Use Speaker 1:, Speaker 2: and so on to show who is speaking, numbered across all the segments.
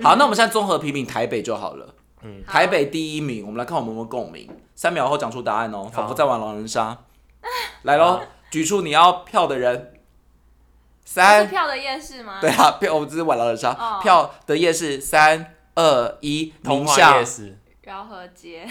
Speaker 1: 好，那我们现在综合批评台北就好了。嗯，台北第一名，我们来看我们有没有共鸣。三秒后讲出答案哦，仿佛在玩狼人杀。来喽，举出你要票的人。
Speaker 2: 是
Speaker 1: 三，
Speaker 2: 票的夜市吗？
Speaker 1: 哎对，啊，票我们只是玩狼人杀。
Speaker 2: 哦
Speaker 1: 票的夜市，三二一，
Speaker 3: 童
Speaker 1: 宁
Speaker 3: 话
Speaker 1: 夏
Speaker 3: 夜。市，
Speaker 2: 饶河 街。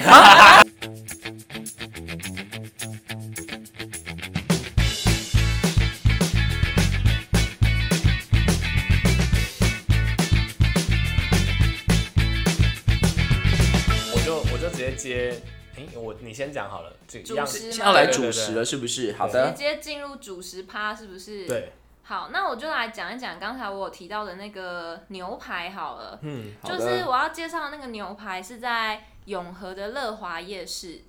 Speaker 3: 我就我就直接接，哎、我你先讲好了，这
Speaker 2: 主
Speaker 3: 一样
Speaker 2: 食
Speaker 1: 要来
Speaker 3: 对对
Speaker 1: 主
Speaker 3: 对
Speaker 1: 食了，是不是？好
Speaker 2: 直
Speaker 1: 的，
Speaker 2: 接进入主食趴是不是？。
Speaker 3: 对，
Speaker 2: 好，那我就来讲一讲刚才我有提到的那个牛排好了，
Speaker 3: 嗯，
Speaker 1: 好
Speaker 2: 就是
Speaker 1: 的。
Speaker 2: 我要介绍的那个牛排是在永和的乐华夜市，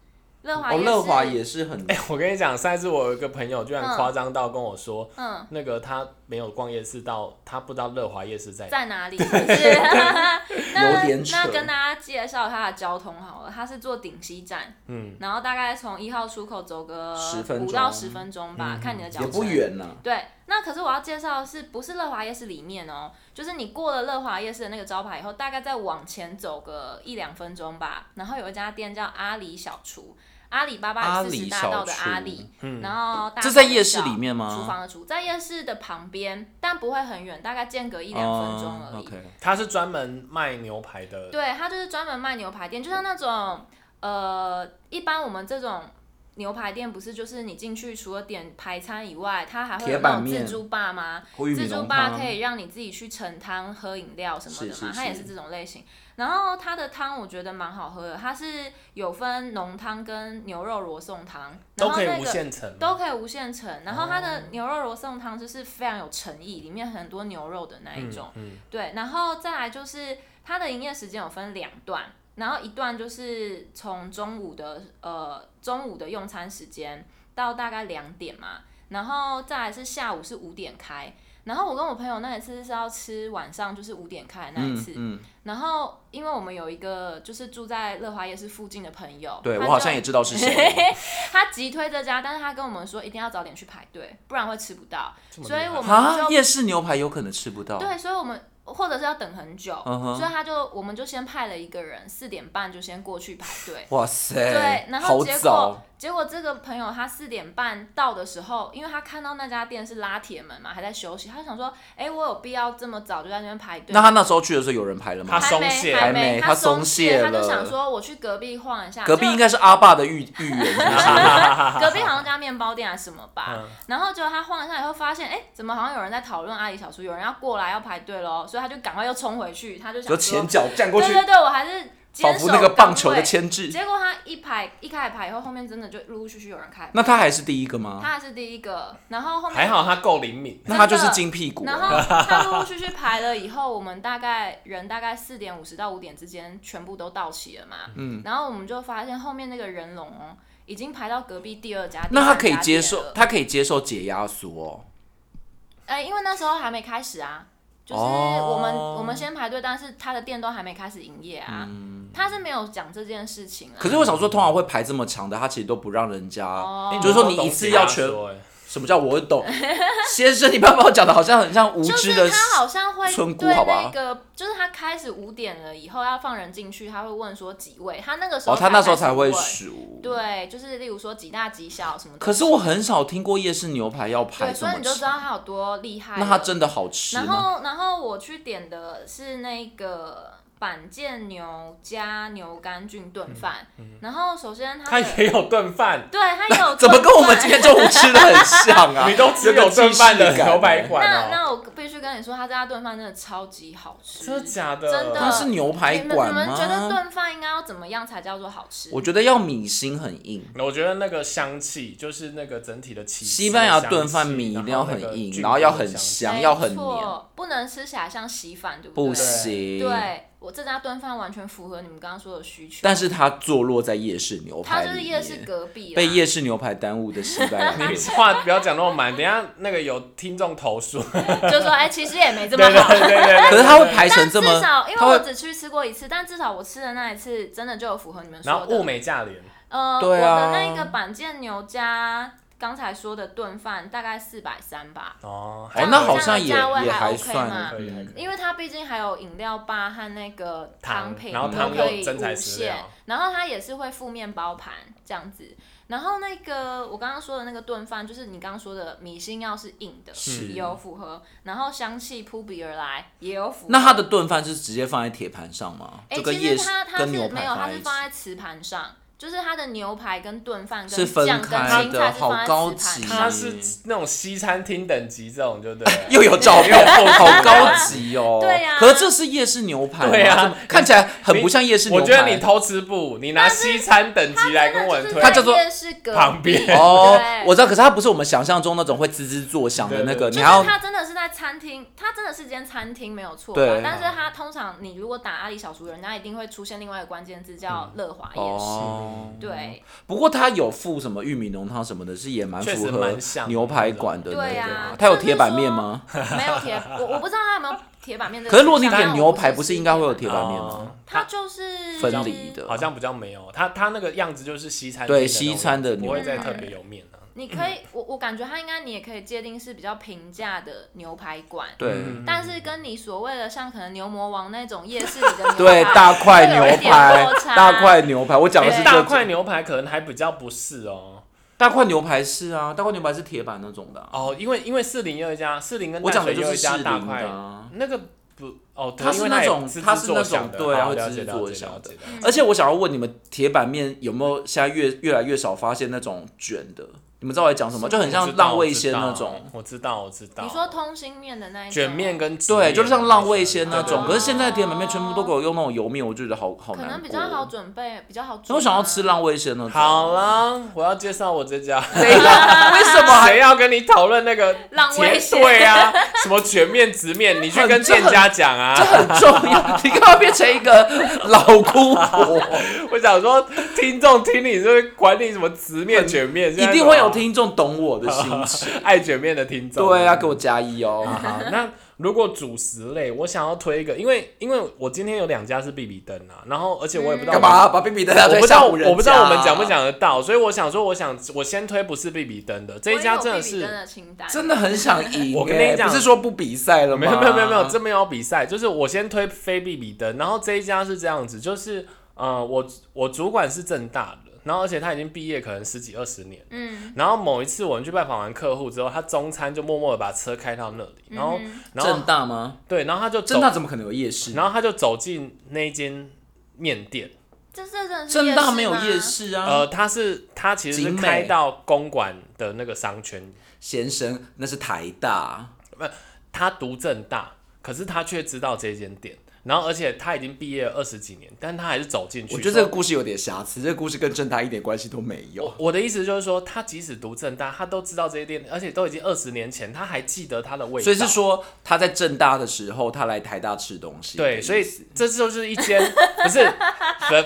Speaker 2: 乐华
Speaker 1: 哦，
Speaker 2: 夜市，
Speaker 1: 乐华也是很
Speaker 3: 哎、我跟你讲，上一次我有一个朋友居然
Speaker 2: 嗯
Speaker 3: 夸张到跟我说，
Speaker 2: 嗯，
Speaker 3: 那个他没有逛夜市到，他不知道乐华夜市在哪。
Speaker 2: 在哪里？是 不是那
Speaker 1: 有点扯
Speaker 2: 那跟大家介绍一下它的交通好了，它是坐顶溪站，
Speaker 3: 嗯，
Speaker 2: 然后大概从一号出口走个
Speaker 1: 10分钟嗯
Speaker 2: 五到十分钟吧，看你的脚
Speaker 1: 也
Speaker 2: 程。
Speaker 1: 不远啊呐。
Speaker 2: 对，那可是我要介绍的是，不是乐华夜市里面哦，就是你过了乐华夜市的那个招牌以后，大概再往前走个一两分钟吧，然后有一家店叫阿里小厨，阿里巴
Speaker 1: 阿
Speaker 2: 巴四
Speaker 1: 里
Speaker 2: 十
Speaker 1: 小
Speaker 2: 大道的阿
Speaker 1: 厨嗯
Speaker 2: 里，然后大
Speaker 1: 这
Speaker 2: 厨
Speaker 1: 在夜市
Speaker 2: 小
Speaker 1: 里面吗
Speaker 2: 厨房的厨在夜市的旁边，但不会很远，大概间隔一
Speaker 1: 一
Speaker 2: 两分钟而
Speaker 1: 哦
Speaker 2: 已。
Speaker 1: OK，
Speaker 3: 他是专门卖牛排的，
Speaker 2: 对，它就是专门卖牛排店，就像那种呃，一般我们这种牛排店不是就是你进去除了点排餐以外，它还会
Speaker 1: 铁
Speaker 2: 有
Speaker 1: 板
Speaker 2: 那种自
Speaker 1: 面
Speaker 2: 助吧吗？
Speaker 1: 或玉米哦
Speaker 2: 自助
Speaker 1: 浓
Speaker 2: 吧
Speaker 1: 汤
Speaker 2: 可以让你自己去盛汤、喝饮料什么的嘛，
Speaker 1: 是是
Speaker 2: 它也是
Speaker 1: 是
Speaker 2: 这种类型。然后它的汤我觉得蛮好喝的，它是有分浓汤跟牛肉罗宋汤，然
Speaker 3: 都
Speaker 2: 后
Speaker 3: 可以
Speaker 2: 那
Speaker 3: 无
Speaker 2: 个。
Speaker 3: 限层。
Speaker 2: 都可以无限盛，然后它的牛肉罗宋汤就是非常有诚意，里面很多牛肉的那一种。
Speaker 3: 嗯，
Speaker 2: 对，然后再来就是它的营业时间有分两段，然后一段就是从中午的呃中午的用餐时间到大概两点嘛，然后再来是下午是五点开，然后我跟我朋友那一次是要吃晚上就是五点开的那一次，
Speaker 1: 嗯，
Speaker 2: 然后因为我们有一个就是住在乐华夜市附近的朋友，
Speaker 1: 对
Speaker 2: 他
Speaker 1: 我好
Speaker 2: 就
Speaker 1: 像也知道是谁。
Speaker 2: 他急推这家，但是他跟我们说一定要早点去排队，不然会吃不到，
Speaker 3: 么
Speaker 2: 所以
Speaker 3: 厉害
Speaker 2: 我们就
Speaker 1: 啊，夜市牛排有可能吃不到。
Speaker 2: 对，所以我们或者是要等很久
Speaker 1: 嗯哼。
Speaker 2: 所以他就我们就先派了一个人四点半就先过去排队
Speaker 1: 哇塞，
Speaker 2: 对，然
Speaker 1: 哎
Speaker 2: 后
Speaker 1: 好
Speaker 2: 结果
Speaker 1: 早，
Speaker 2: 结果这个朋友他四点半到的时候，因为他看到那家店是拉铁门嘛，还在休息，他就想说，哎、我有必要这么早就在那边排队
Speaker 1: 那
Speaker 2: 吗？
Speaker 1: 他那时候去的时候有人排了吗
Speaker 3: 他？
Speaker 2: 还
Speaker 3: 松
Speaker 2: 没
Speaker 3: 懈
Speaker 2: 还
Speaker 1: 还没
Speaker 2: 他
Speaker 1: 他
Speaker 2: 松
Speaker 1: 松
Speaker 2: 懈，
Speaker 1: 懈
Speaker 2: 他就
Speaker 1: 了
Speaker 2: 想说我去隔壁晃一下，
Speaker 1: 隔壁应
Speaker 2: 就
Speaker 1: 该是阿爸的预预言，是不
Speaker 3: 啊
Speaker 1: 是
Speaker 2: 隔壁好像家面包店啊什么吧，
Speaker 3: 嗯
Speaker 2: 然后结果他晃一下以后发现，哎、怎么好像有人在讨论阿里小叔，有人要过来要排队喽，所以他就赶快又冲回去，他就想
Speaker 1: 就
Speaker 2: 说
Speaker 1: 前脚站过去
Speaker 2: 对，对对，我还是
Speaker 1: 仿
Speaker 2: 坚守
Speaker 1: 佛那个棒球的
Speaker 2: 岗位
Speaker 1: 牵制。
Speaker 2: 结果他一排一开始排以后，后面真的就陆陆续续有人开，
Speaker 1: 那他还是第一个吗？
Speaker 2: 他还是第一个，然后后面
Speaker 3: 还。好他够灵敏。
Speaker 1: 那他就是金屁股
Speaker 2: 然
Speaker 1: 啊。
Speaker 2: 后他陆陆续续排了以后，我们大概人大概四点五十到五点之间全部都到齐了嘛。嗯。然后我们就发现后面那个人龙哦，已经排到隔壁第二家。
Speaker 1: 那他可
Speaker 2: 第
Speaker 1: 以
Speaker 2: 三家
Speaker 1: 接
Speaker 2: 店
Speaker 1: 受，
Speaker 2: 了
Speaker 1: 他可以接受解压缩哦。
Speaker 2: 呃，因为那时候还没开始啊，就是
Speaker 1: 哦
Speaker 2: 我们、我们先排队，但是他的店都还没开始营业啊，
Speaker 1: 嗯
Speaker 2: 他是没有讲这件事情啊。
Speaker 1: 可是我想说，通常会排这么长的，他其实都不让人家。
Speaker 2: 哦，
Speaker 1: 就是说你一次要全
Speaker 3: 你都懂解压缩哎
Speaker 1: 什么叫我懂？ 先生，你不要把我讲的好像很像无
Speaker 2: 就是
Speaker 1: 知的。
Speaker 2: 他好像会
Speaker 1: 村姑
Speaker 2: 对
Speaker 1: 好吧
Speaker 2: 那个，就是他开始五点了以后要放人进去，他会问说几位，他那个时候
Speaker 1: 哦，他那时候才会
Speaker 2: 开始
Speaker 1: 数。
Speaker 2: 问。对，就是例如说几大几小什么的。
Speaker 1: 可是我很少听过夜市牛排要排
Speaker 2: 对，
Speaker 1: 这
Speaker 2: 所以
Speaker 1: 么
Speaker 2: 你就知
Speaker 1: 长，
Speaker 2: 道他有多厉害了。
Speaker 1: 那它真的好吃
Speaker 2: 然
Speaker 1: 吗？
Speaker 2: 后，然后我去点的是那个板腱牛加牛肝菌
Speaker 1: 嗯
Speaker 2: 炖饭。然后首先它
Speaker 3: 他
Speaker 2: 的
Speaker 3: 也有炖 饭，
Speaker 2: 对它也有
Speaker 1: 怎么
Speaker 2: 炖
Speaker 1: 跟我们
Speaker 2: 饭
Speaker 1: 今 天中午吃的很像啊？
Speaker 3: 你都只有炖饭的牛
Speaker 1: 欸
Speaker 3: 排馆
Speaker 2: 那
Speaker 3: 哦，
Speaker 2: 那我必须跟你说，他这家炖饭真的超级好吃。
Speaker 3: 真的假的？
Speaker 2: 真
Speaker 1: 它
Speaker 2: 的
Speaker 1: 是牛排
Speaker 2: 你们
Speaker 1: 馆
Speaker 2: 你们觉得
Speaker 1: 吗？
Speaker 2: 炖饭应该要怎么样才叫做好吃？
Speaker 1: 我觉得要米心很硬，
Speaker 3: 我觉得那个香气，就是那个整体的起司的香气。
Speaker 1: 西班牙炖饭米一
Speaker 3: 然
Speaker 1: 定
Speaker 3: 后
Speaker 1: 要
Speaker 3: 那
Speaker 1: 很
Speaker 3: 个
Speaker 1: 硬，
Speaker 3: 菌
Speaker 1: 然后要
Speaker 3: 菇的
Speaker 1: 很
Speaker 3: 香气
Speaker 1: 香，要很
Speaker 2: 没
Speaker 1: 黏，
Speaker 2: 错，不能吃起来像稀饭，对
Speaker 1: 不
Speaker 2: 对？
Speaker 1: 行。
Speaker 2: 对，我这家炖饭完全符合你们刚刚说的需求。
Speaker 1: 但是它坐落在夜市牛
Speaker 2: 它
Speaker 1: 排
Speaker 2: 就是
Speaker 1: 里
Speaker 2: 夜市
Speaker 1: 面，
Speaker 2: 隔壁啦，啊
Speaker 1: 被夜市牛排耽误的西班牙炖
Speaker 3: 你
Speaker 1: 饭。
Speaker 3: 话不要讲那么满，等一下那个有听众投诉。
Speaker 2: 就说哎，其实也没 这
Speaker 3: 对
Speaker 2: 么
Speaker 3: 对
Speaker 2: 好。
Speaker 3: 对对对。
Speaker 1: 可是它会排成这
Speaker 2: 至
Speaker 1: 么，
Speaker 2: 少，因为
Speaker 1: 它
Speaker 2: 我
Speaker 1: 会
Speaker 2: 只去吃过一次，但至少我吃的那一次真的就有符合你们
Speaker 3: 然后
Speaker 2: 说
Speaker 3: 物
Speaker 2: 的。
Speaker 3: 美价廉，
Speaker 2: 呃，
Speaker 1: 对啊
Speaker 2: 我的那个板腱牛加刚才说的炖饭大概四百三吧，
Speaker 3: 哦，
Speaker 2: 这
Speaker 1: 哦，
Speaker 2: 样
Speaker 1: 那好
Speaker 2: 这样
Speaker 1: 像
Speaker 2: 的
Speaker 1: 也
Speaker 2: 价位
Speaker 1: 也
Speaker 2: 还 OK
Speaker 1: 算
Speaker 2: 吗，
Speaker 3: 可以还可
Speaker 1: 嗯
Speaker 3: 以
Speaker 2: 因为它毕竟还有饮料吧和那个
Speaker 3: 汤
Speaker 2: 品，
Speaker 3: 然后
Speaker 1: 汤
Speaker 2: 都
Speaker 1: 又
Speaker 2: 可以
Speaker 3: 真材
Speaker 2: 无
Speaker 3: 实
Speaker 2: 限
Speaker 3: 料，
Speaker 2: 然后它也是会附面包盘这样子。然后那个我刚刚说的那个炖饭，就是你刚刚说的米心要是硬的，
Speaker 1: 是
Speaker 2: 也有符合，然后香气扑鼻而来，也有符合。
Speaker 1: 那它的炖饭是直接放在铁盘上吗？
Speaker 2: 哎、
Speaker 1: 就跟
Speaker 2: 其
Speaker 1: 夜
Speaker 2: 实
Speaker 1: 市
Speaker 2: 它它是
Speaker 1: 跟
Speaker 2: 没
Speaker 1: 牛
Speaker 2: 有，
Speaker 1: 排
Speaker 2: 它
Speaker 1: 放在
Speaker 2: 是
Speaker 1: 一起
Speaker 2: 放在瓷盘上，就是它的牛排跟炖饭
Speaker 1: 是
Speaker 2: 跟
Speaker 1: 分
Speaker 2: 酱跟
Speaker 1: 开
Speaker 2: 青
Speaker 1: 的
Speaker 2: 菜是
Speaker 1: 好
Speaker 2: 放在
Speaker 1: 高
Speaker 2: 瓷
Speaker 1: 级。
Speaker 2: 盘
Speaker 3: 它
Speaker 2: 上。
Speaker 3: 是那种西餐厅等级这种，就对了
Speaker 1: 哎又有照 片，好高级哦。
Speaker 2: 对啊呀
Speaker 1: 可是这是夜市牛排吗，
Speaker 3: 对呀
Speaker 1: 怎么看起来很不像夜市牛
Speaker 3: 我
Speaker 1: 排。
Speaker 3: 觉得你偷吃不，你拿西餐等级来跟我
Speaker 2: 真
Speaker 3: 们
Speaker 2: 的就是
Speaker 3: 推，
Speaker 1: 它叫做
Speaker 2: 在夜哦市隔
Speaker 3: 旁边
Speaker 2: 壁
Speaker 1: 哦
Speaker 2: 对，
Speaker 1: 我知道，可是它不是我们想象中那种会滋滋作响的那个，
Speaker 3: 对对对
Speaker 1: 你
Speaker 2: 就
Speaker 1: 还要
Speaker 2: 是它真的是在餐厅，它真的是间餐厅没有错吧
Speaker 1: 对？
Speaker 2: 但是它通常你如果打阿里小厨，人家一定会出现另外一个关键字叫乐华夜市。
Speaker 1: 嗯哦。
Speaker 2: 对
Speaker 1: 不过它有附什么玉米浓汤什么的，是也蛮
Speaker 3: 确
Speaker 1: 符
Speaker 3: 实
Speaker 1: 合
Speaker 3: 蛮像
Speaker 1: 牛排馆的那
Speaker 2: 对
Speaker 1: 个
Speaker 2: 啊
Speaker 1: 啊。它有铁板面吗？
Speaker 2: 没有铁，我我不知道它有没有铁板面这个
Speaker 1: 可是
Speaker 2: 选项。
Speaker 1: 如果你点
Speaker 2: 但
Speaker 1: 牛
Speaker 2: 我
Speaker 1: 排，不
Speaker 2: 不
Speaker 1: 是
Speaker 2: 是
Speaker 1: 应该会有
Speaker 2: 铁
Speaker 1: 铁板面吗？
Speaker 3: 哦
Speaker 2: 板面？它就是
Speaker 1: 分离。的，
Speaker 3: 嗯好像比较没有，它它那个样子就是西餐
Speaker 1: 对
Speaker 3: 厅的那种
Speaker 1: 西餐的
Speaker 3: 不会
Speaker 1: 牛
Speaker 3: 再
Speaker 1: 排
Speaker 3: 特别有面了、
Speaker 2: 你可以，我我感觉它应该你也可以界定是比较平价的牛排馆。
Speaker 1: 对
Speaker 3: 嗯
Speaker 2: 但是跟你所谓的像可能牛魔王那种夜市里 的牛排，
Speaker 1: 对大块
Speaker 2: 会有一
Speaker 1: 牛
Speaker 2: 点
Speaker 1: 排
Speaker 2: 落，差
Speaker 1: 大块牛排，我讲
Speaker 3: 可
Speaker 1: 的是
Speaker 2: 对
Speaker 3: 是
Speaker 1: 这
Speaker 3: 大
Speaker 1: 种
Speaker 3: 块牛排可能还比较不是哦。
Speaker 1: 大块牛排是啊，大块牛排是铁板那种的啊。
Speaker 3: 哦，因为因为四零又一家，四零跟
Speaker 1: 我讲的
Speaker 3: 淡水
Speaker 1: 就
Speaker 3: 又
Speaker 1: 是
Speaker 3: 一
Speaker 1: 士
Speaker 3: 家
Speaker 1: 林的
Speaker 3: 大块，
Speaker 1: 啊。
Speaker 3: 那个不哦，对
Speaker 1: 它是
Speaker 3: 因为
Speaker 1: 那
Speaker 3: 也
Speaker 1: 种
Speaker 3: 自制
Speaker 1: 它是那
Speaker 3: 作响
Speaker 1: 种
Speaker 3: 的
Speaker 1: 对啊
Speaker 3: 好
Speaker 1: 会
Speaker 3: 了
Speaker 1: 自
Speaker 3: 解
Speaker 1: 制
Speaker 3: 了
Speaker 1: 作
Speaker 3: 解
Speaker 1: 响
Speaker 3: 了
Speaker 1: 的
Speaker 3: 解了
Speaker 2: 嗯
Speaker 1: 而且我想要问你们，铁板面有没有现在越越来越少发现那种卷的？你们知道我在讲什么？就很
Speaker 3: 我
Speaker 1: 像
Speaker 3: 知道
Speaker 1: 浪
Speaker 3: 我
Speaker 1: 味
Speaker 3: 知
Speaker 1: 仙那
Speaker 3: 道
Speaker 1: 种，
Speaker 3: 我知道，我知道。
Speaker 2: 你说通心面的那一种
Speaker 3: 卷面跟直
Speaker 1: 对，
Speaker 3: 面
Speaker 1: 就是像浪味仙那
Speaker 3: 对对哦
Speaker 1: 种。
Speaker 3: 对
Speaker 1: 可是现在铁板面全部都给我用那种油面，我就觉得好好
Speaker 2: 可
Speaker 1: 难
Speaker 2: 能比
Speaker 1: 过。
Speaker 2: 较好准备，比较好煮
Speaker 1: 所以我想要吃
Speaker 2: 啊
Speaker 1: 浪味仙那种。
Speaker 3: 好啦，我要介绍我这家。
Speaker 1: 等一下， 为什么还
Speaker 3: 谁要跟你讨论那个
Speaker 2: 浪味
Speaker 3: 结
Speaker 2: 仙
Speaker 3: 对啊，什么卷面直面，你去跟店家讲
Speaker 1: 这
Speaker 3: 啊。
Speaker 1: 很重要？你干嘛变成一个 老姑 婆？
Speaker 3: 我想说，听众听你是管你什么直面卷面，
Speaker 1: 一
Speaker 3: 现在
Speaker 1: 定会有
Speaker 3: 什么
Speaker 1: 听众懂我的 心情。
Speaker 3: 爱卷面的听众。
Speaker 1: 对啊，给我加一哦。
Speaker 3: 好，那如果主食类，我想要推一个，因为因为我今天有两家是必比登啊，然后而且我也不知道
Speaker 1: 干嘛把 B B 的
Speaker 3: 我
Speaker 1: 推
Speaker 3: 不知道
Speaker 1: 下五人
Speaker 3: 我不知道我们
Speaker 1: 家啊
Speaker 3: 讲不，讲得到，所以我想说，我想我先推不是必比登的这一家，真的
Speaker 2: 我也有必比登
Speaker 3: 是。
Speaker 2: 的清单，
Speaker 1: 真的很想赢欸。
Speaker 3: 我跟你讲
Speaker 1: 不是说不比赛了吗？
Speaker 3: 没有没有没有没有，这没有比赛，就是我先推非必比登，然后这一家是这样子，就是呃，我我主管是正大的，然后而且他已经毕业可能十几二十年，
Speaker 2: 嗯，
Speaker 3: 然后某一次我们去拜访完客户之后，他中餐就默默的把车开到那里，然后
Speaker 2: 嗯
Speaker 3: 然后
Speaker 1: 正大吗？
Speaker 3: 对，然后他就走
Speaker 1: 正大怎么可能有夜市？
Speaker 3: 然后他就走进那一间面店，
Speaker 2: 这这真的是
Speaker 1: 正大没有
Speaker 2: 吗
Speaker 1: 夜，市啊，
Speaker 3: 呃，他是他其实是
Speaker 1: 景美
Speaker 3: 开到公馆的那个商圈，
Speaker 1: 先生那是台大，
Speaker 3: 他读正大，可是他却知道这间店，然后而且他已经毕业二十几年，但他还是走进去。
Speaker 1: 我觉得这个故事有点瑕疵，这个故事跟正大一点关系都没有
Speaker 3: 我。我的意思就是说，他即使读正大，他都知道这些店，而且都已经二十年前，他还记得它的味道。
Speaker 1: 所以是说他在正大的时候，他来台大吃东西的意
Speaker 3: 对，
Speaker 1: 思。
Speaker 3: 所以这就是一 间不是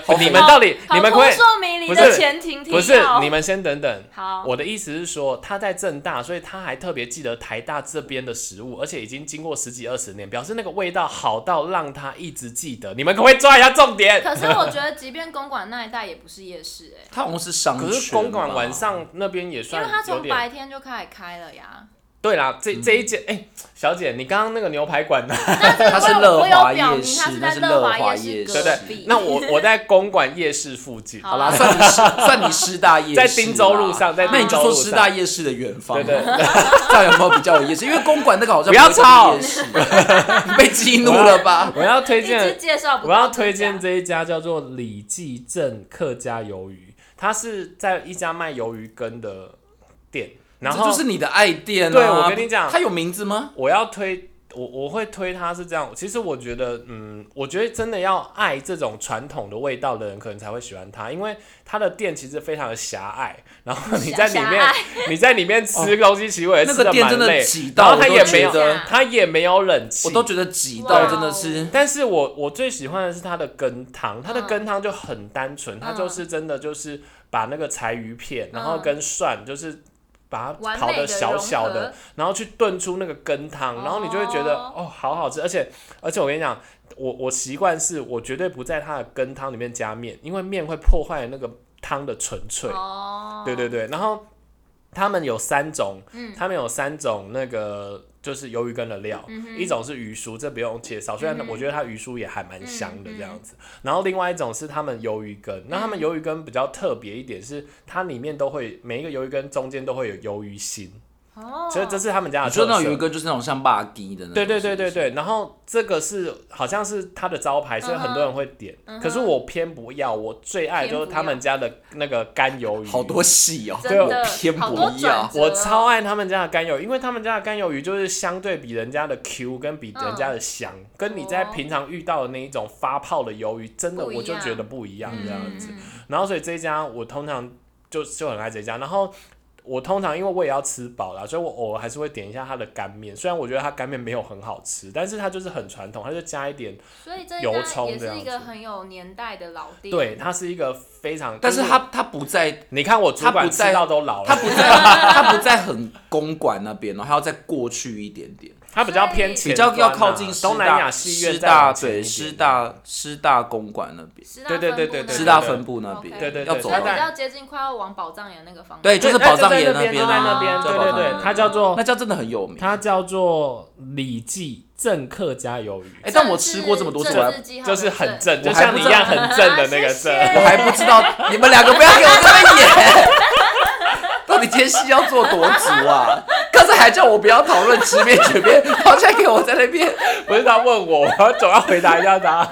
Speaker 3: 不
Speaker 1: 好
Speaker 3: 你们到底你们
Speaker 2: 好
Speaker 3: 可
Speaker 2: 扑
Speaker 3: 以
Speaker 2: 朔迷离
Speaker 3: 不
Speaker 2: 的
Speaker 3: 是
Speaker 2: 前庭提
Speaker 3: 不是
Speaker 2: 要
Speaker 3: 你们先等等，
Speaker 2: 好，
Speaker 3: 我的意思是说，他在正大，所以他还特别记得台大这边的食物，而且已经经过十几二十年，表示那个味道好到让他一直记得。你们可不可以抓一下重点？
Speaker 2: 可是我 觉得即便公馆那一带也不是夜市哎、
Speaker 1: 他好像是商圈
Speaker 3: 可
Speaker 1: 吧。
Speaker 3: 是公馆晚上那边也
Speaker 2: 因
Speaker 3: 算
Speaker 2: 为它
Speaker 3: 有
Speaker 2: 从
Speaker 3: 点
Speaker 2: 白天就开始开了呀。
Speaker 3: 对啦。这这一间，哎、小姐，你刚刚那个牛排馆呢？
Speaker 2: 嗯
Speaker 1: 它是乐
Speaker 2: 我有
Speaker 1: 华
Speaker 2: 表
Speaker 1: 夜
Speaker 2: 明它
Speaker 1: 市
Speaker 2: 是，
Speaker 1: 那
Speaker 2: 在
Speaker 1: 是
Speaker 2: 乐
Speaker 1: 乐
Speaker 2: 华
Speaker 1: 华
Speaker 2: 夜
Speaker 1: 夜市。
Speaker 2: 市
Speaker 3: 对不
Speaker 2: 隔壁
Speaker 3: 对？那我我在公馆夜市附近，
Speaker 2: 好
Speaker 1: 好啦，算你师算你师大夜市啦，
Speaker 3: 在汀州路上在汀
Speaker 1: 那你就
Speaker 3: 州
Speaker 1: 说
Speaker 3: 路
Speaker 1: 师
Speaker 3: 上
Speaker 1: 大夜市的远方，
Speaker 3: 对对，
Speaker 1: 这样有没有比较有夜市？因为公馆那个好像
Speaker 3: 不要
Speaker 1: 没有什么夜市， 你被激怒了吧？
Speaker 3: 我要推
Speaker 2: 一直
Speaker 3: 荐，
Speaker 2: 介绍不
Speaker 3: 我
Speaker 2: 到
Speaker 3: 要
Speaker 2: 这
Speaker 3: 推
Speaker 2: 家
Speaker 3: 荐这一家叫做李记镇客家鱿鱼，它是在一家卖鱿鱼羹的店，然后
Speaker 1: 这就是你的爱店啊！
Speaker 3: 对我跟你讲
Speaker 1: 它有名字吗？
Speaker 3: 我要推我我会推它是这样，其实我觉得，嗯，我觉得真的要爱这种传统的味道的人，可能才会喜欢它，因为它的店其实非常的狭隘，然后你在里面
Speaker 2: 狭隘
Speaker 3: 你在里面吃东西，其实我也
Speaker 1: 哦那
Speaker 3: 吃
Speaker 1: 个
Speaker 3: 的
Speaker 1: 店
Speaker 3: 蛮
Speaker 1: 真的
Speaker 3: 累，
Speaker 1: 挤
Speaker 3: 然
Speaker 1: 到
Speaker 3: 后
Speaker 1: 我
Speaker 3: 它
Speaker 1: 都
Speaker 3: 也没有
Speaker 1: 觉
Speaker 2: 真的
Speaker 1: 得，
Speaker 3: 它也没有冷气，
Speaker 1: 我都觉得挤到
Speaker 2: 哇
Speaker 1: 真的是。
Speaker 3: 但是我我最喜欢的是它的羹汤，它的
Speaker 2: 嗯
Speaker 3: 羹汤就很单纯，它就是真的就是把那个柴鱼片，然后
Speaker 2: 嗯
Speaker 3: 跟蒜就是把它
Speaker 2: 完
Speaker 3: 刨
Speaker 2: 美
Speaker 3: 的小
Speaker 2: 融
Speaker 3: 小的
Speaker 2: 合，，
Speaker 3: 然后去炖出那个羹汤，然后你就会觉得
Speaker 2: 哦
Speaker 3: 哦，好好吃，而且而且我跟你讲，我我习惯是我绝对不在它的羹汤里面加面，因为面会破坏那个汤的纯粹。
Speaker 2: 哦，嗯
Speaker 3: 对对对，然后他们有三种，他们有三种那个就是鱿鱼羹的料，
Speaker 2: 嗯
Speaker 3: 一种是鱼酥，这不用介绍，虽然我觉得它鱼酥也还蛮香的这样子。
Speaker 2: 嗯
Speaker 3: 然后另外一种是他们鱿鱼羹，那他们鱿鱼羹比较特别一点是，它里面都会每一个鱿鱼羹中间都会有鱿鱼心，
Speaker 2: 哦，
Speaker 3: 所以这是他们家的
Speaker 1: 你说
Speaker 3: 特
Speaker 1: 那种
Speaker 3: 色
Speaker 1: 鱼。羹就是那种像霸鸡的那种，
Speaker 3: 对对对
Speaker 1: 是不
Speaker 3: 对
Speaker 1: 是，
Speaker 3: 对，然后这个是好像是它的招牌，所以很多人会点。
Speaker 2: 嗯
Speaker 3: 可是我偏不要，我最爱就是他们家的那个干鱿鱼，
Speaker 1: 好多戏哦，
Speaker 2: 真的
Speaker 1: 偏不
Speaker 2: 好多
Speaker 1: 一
Speaker 2: 转
Speaker 1: 样
Speaker 2: 折哦，
Speaker 3: 我超爱他们家的干鱿，因为他们家的干鱿鱼就是相对比人家的 Q 跟比人
Speaker 2: 嗯
Speaker 3: 家的香，跟你在平常遇到的那一种发泡的鱿鱼，真的
Speaker 2: 不一样
Speaker 3: 我就觉得不一样这样子。
Speaker 2: 嗯
Speaker 3: 然后所以这一家我通常就就很爱这一家，然后。我通常因为我也要吃饱啦，所以我偶尔还是会点一下它的干面。虽然我觉得它干面没有很好吃，但是它就是很传统，它就加一点，
Speaker 2: 所以这一
Speaker 3: 油
Speaker 2: 家
Speaker 3: 葱
Speaker 2: 也
Speaker 3: 这
Speaker 2: 是
Speaker 3: 样
Speaker 2: 一个
Speaker 3: 子
Speaker 2: 很有年代的老店。
Speaker 3: 对，，它是一个非常。
Speaker 1: 但是
Speaker 3: 就
Speaker 1: 他他不在，
Speaker 3: 你看我主
Speaker 1: 它
Speaker 3: 管
Speaker 1: 不
Speaker 3: 吃
Speaker 1: 在
Speaker 3: 到都老
Speaker 1: 他
Speaker 3: 了，
Speaker 1: 不 在，他不在很公馆那边哦，他要再过去一点点，
Speaker 3: 它比较偏前
Speaker 1: 比较
Speaker 3: 端
Speaker 1: 要
Speaker 3: 啊
Speaker 1: 靠近师
Speaker 3: 东南亚
Speaker 1: 大
Speaker 3: 戏院
Speaker 1: 师
Speaker 3: 再往
Speaker 1: 大
Speaker 3: 前一
Speaker 1: 对
Speaker 3: 点，
Speaker 1: 师大师大公馆那边，
Speaker 2: 师大
Speaker 3: 对对对
Speaker 2: 分部
Speaker 3: 对
Speaker 2: 那
Speaker 3: 对
Speaker 1: 师
Speaker 2: 边
Speaker 1: 大分部那边，
Speaker 2: 对
Speaker 3: 对对
Speaker 1: 要走
Speaker 2: 它
Speaker 3: 它
Speaker 2: 比
Speaker 3: 在
Speaker 2: 较接近快要往宝藏岩那个方向。
Speaker 1: 对就是
Speaker 3: 对那
Speaker 1: 宝藏
Speaker 3: 在
Speaker 1: 岩
Speaker 3: 那
Speaker 1: 边
Speaker 3: 哎就在
Speaker 1: 啊
Speaker 3: 那边，啊
Speaker 1: 在
Speaker 3: 对
Speaker 1: 宝
Speaker 3: 对
Speaker 1: 藏岩
Speaker 3: 对，
Speaker 1: 那
Speaker 3: 它
Speaker 1: 边
Speaker 3: 叫做
Speaker 1: 那家真的很有名。
Speaker 3: 它叫做李记政客加鱿鱼，
Speaker 1: 哎，但我吃过这么多次，
Speaker 2: 政
Speaker 1: 我还
Speaker 2: 治记号的
Speaker 3: 就是很
Speaker 2: 正。啊
Speaker 3: 正，就
Speaker 1: 我还
Speaker 3: 像
Speaker 1: 不
Speaker 3: 你一
Speaker 1: 知道
Speaker 3: 样很正的那个
Speaker 2: 谢
Speaker 3: 正。
Speaker 2: 谢
Speaker 1: 我还不知道，你们两个不要给我这么演。 到底今天戏要做多足啊？刚才还叫我不要讨论直面绝面，然后现在 给我在那边。
Speaker 3: 不是他问我，我要总要回答一下 他。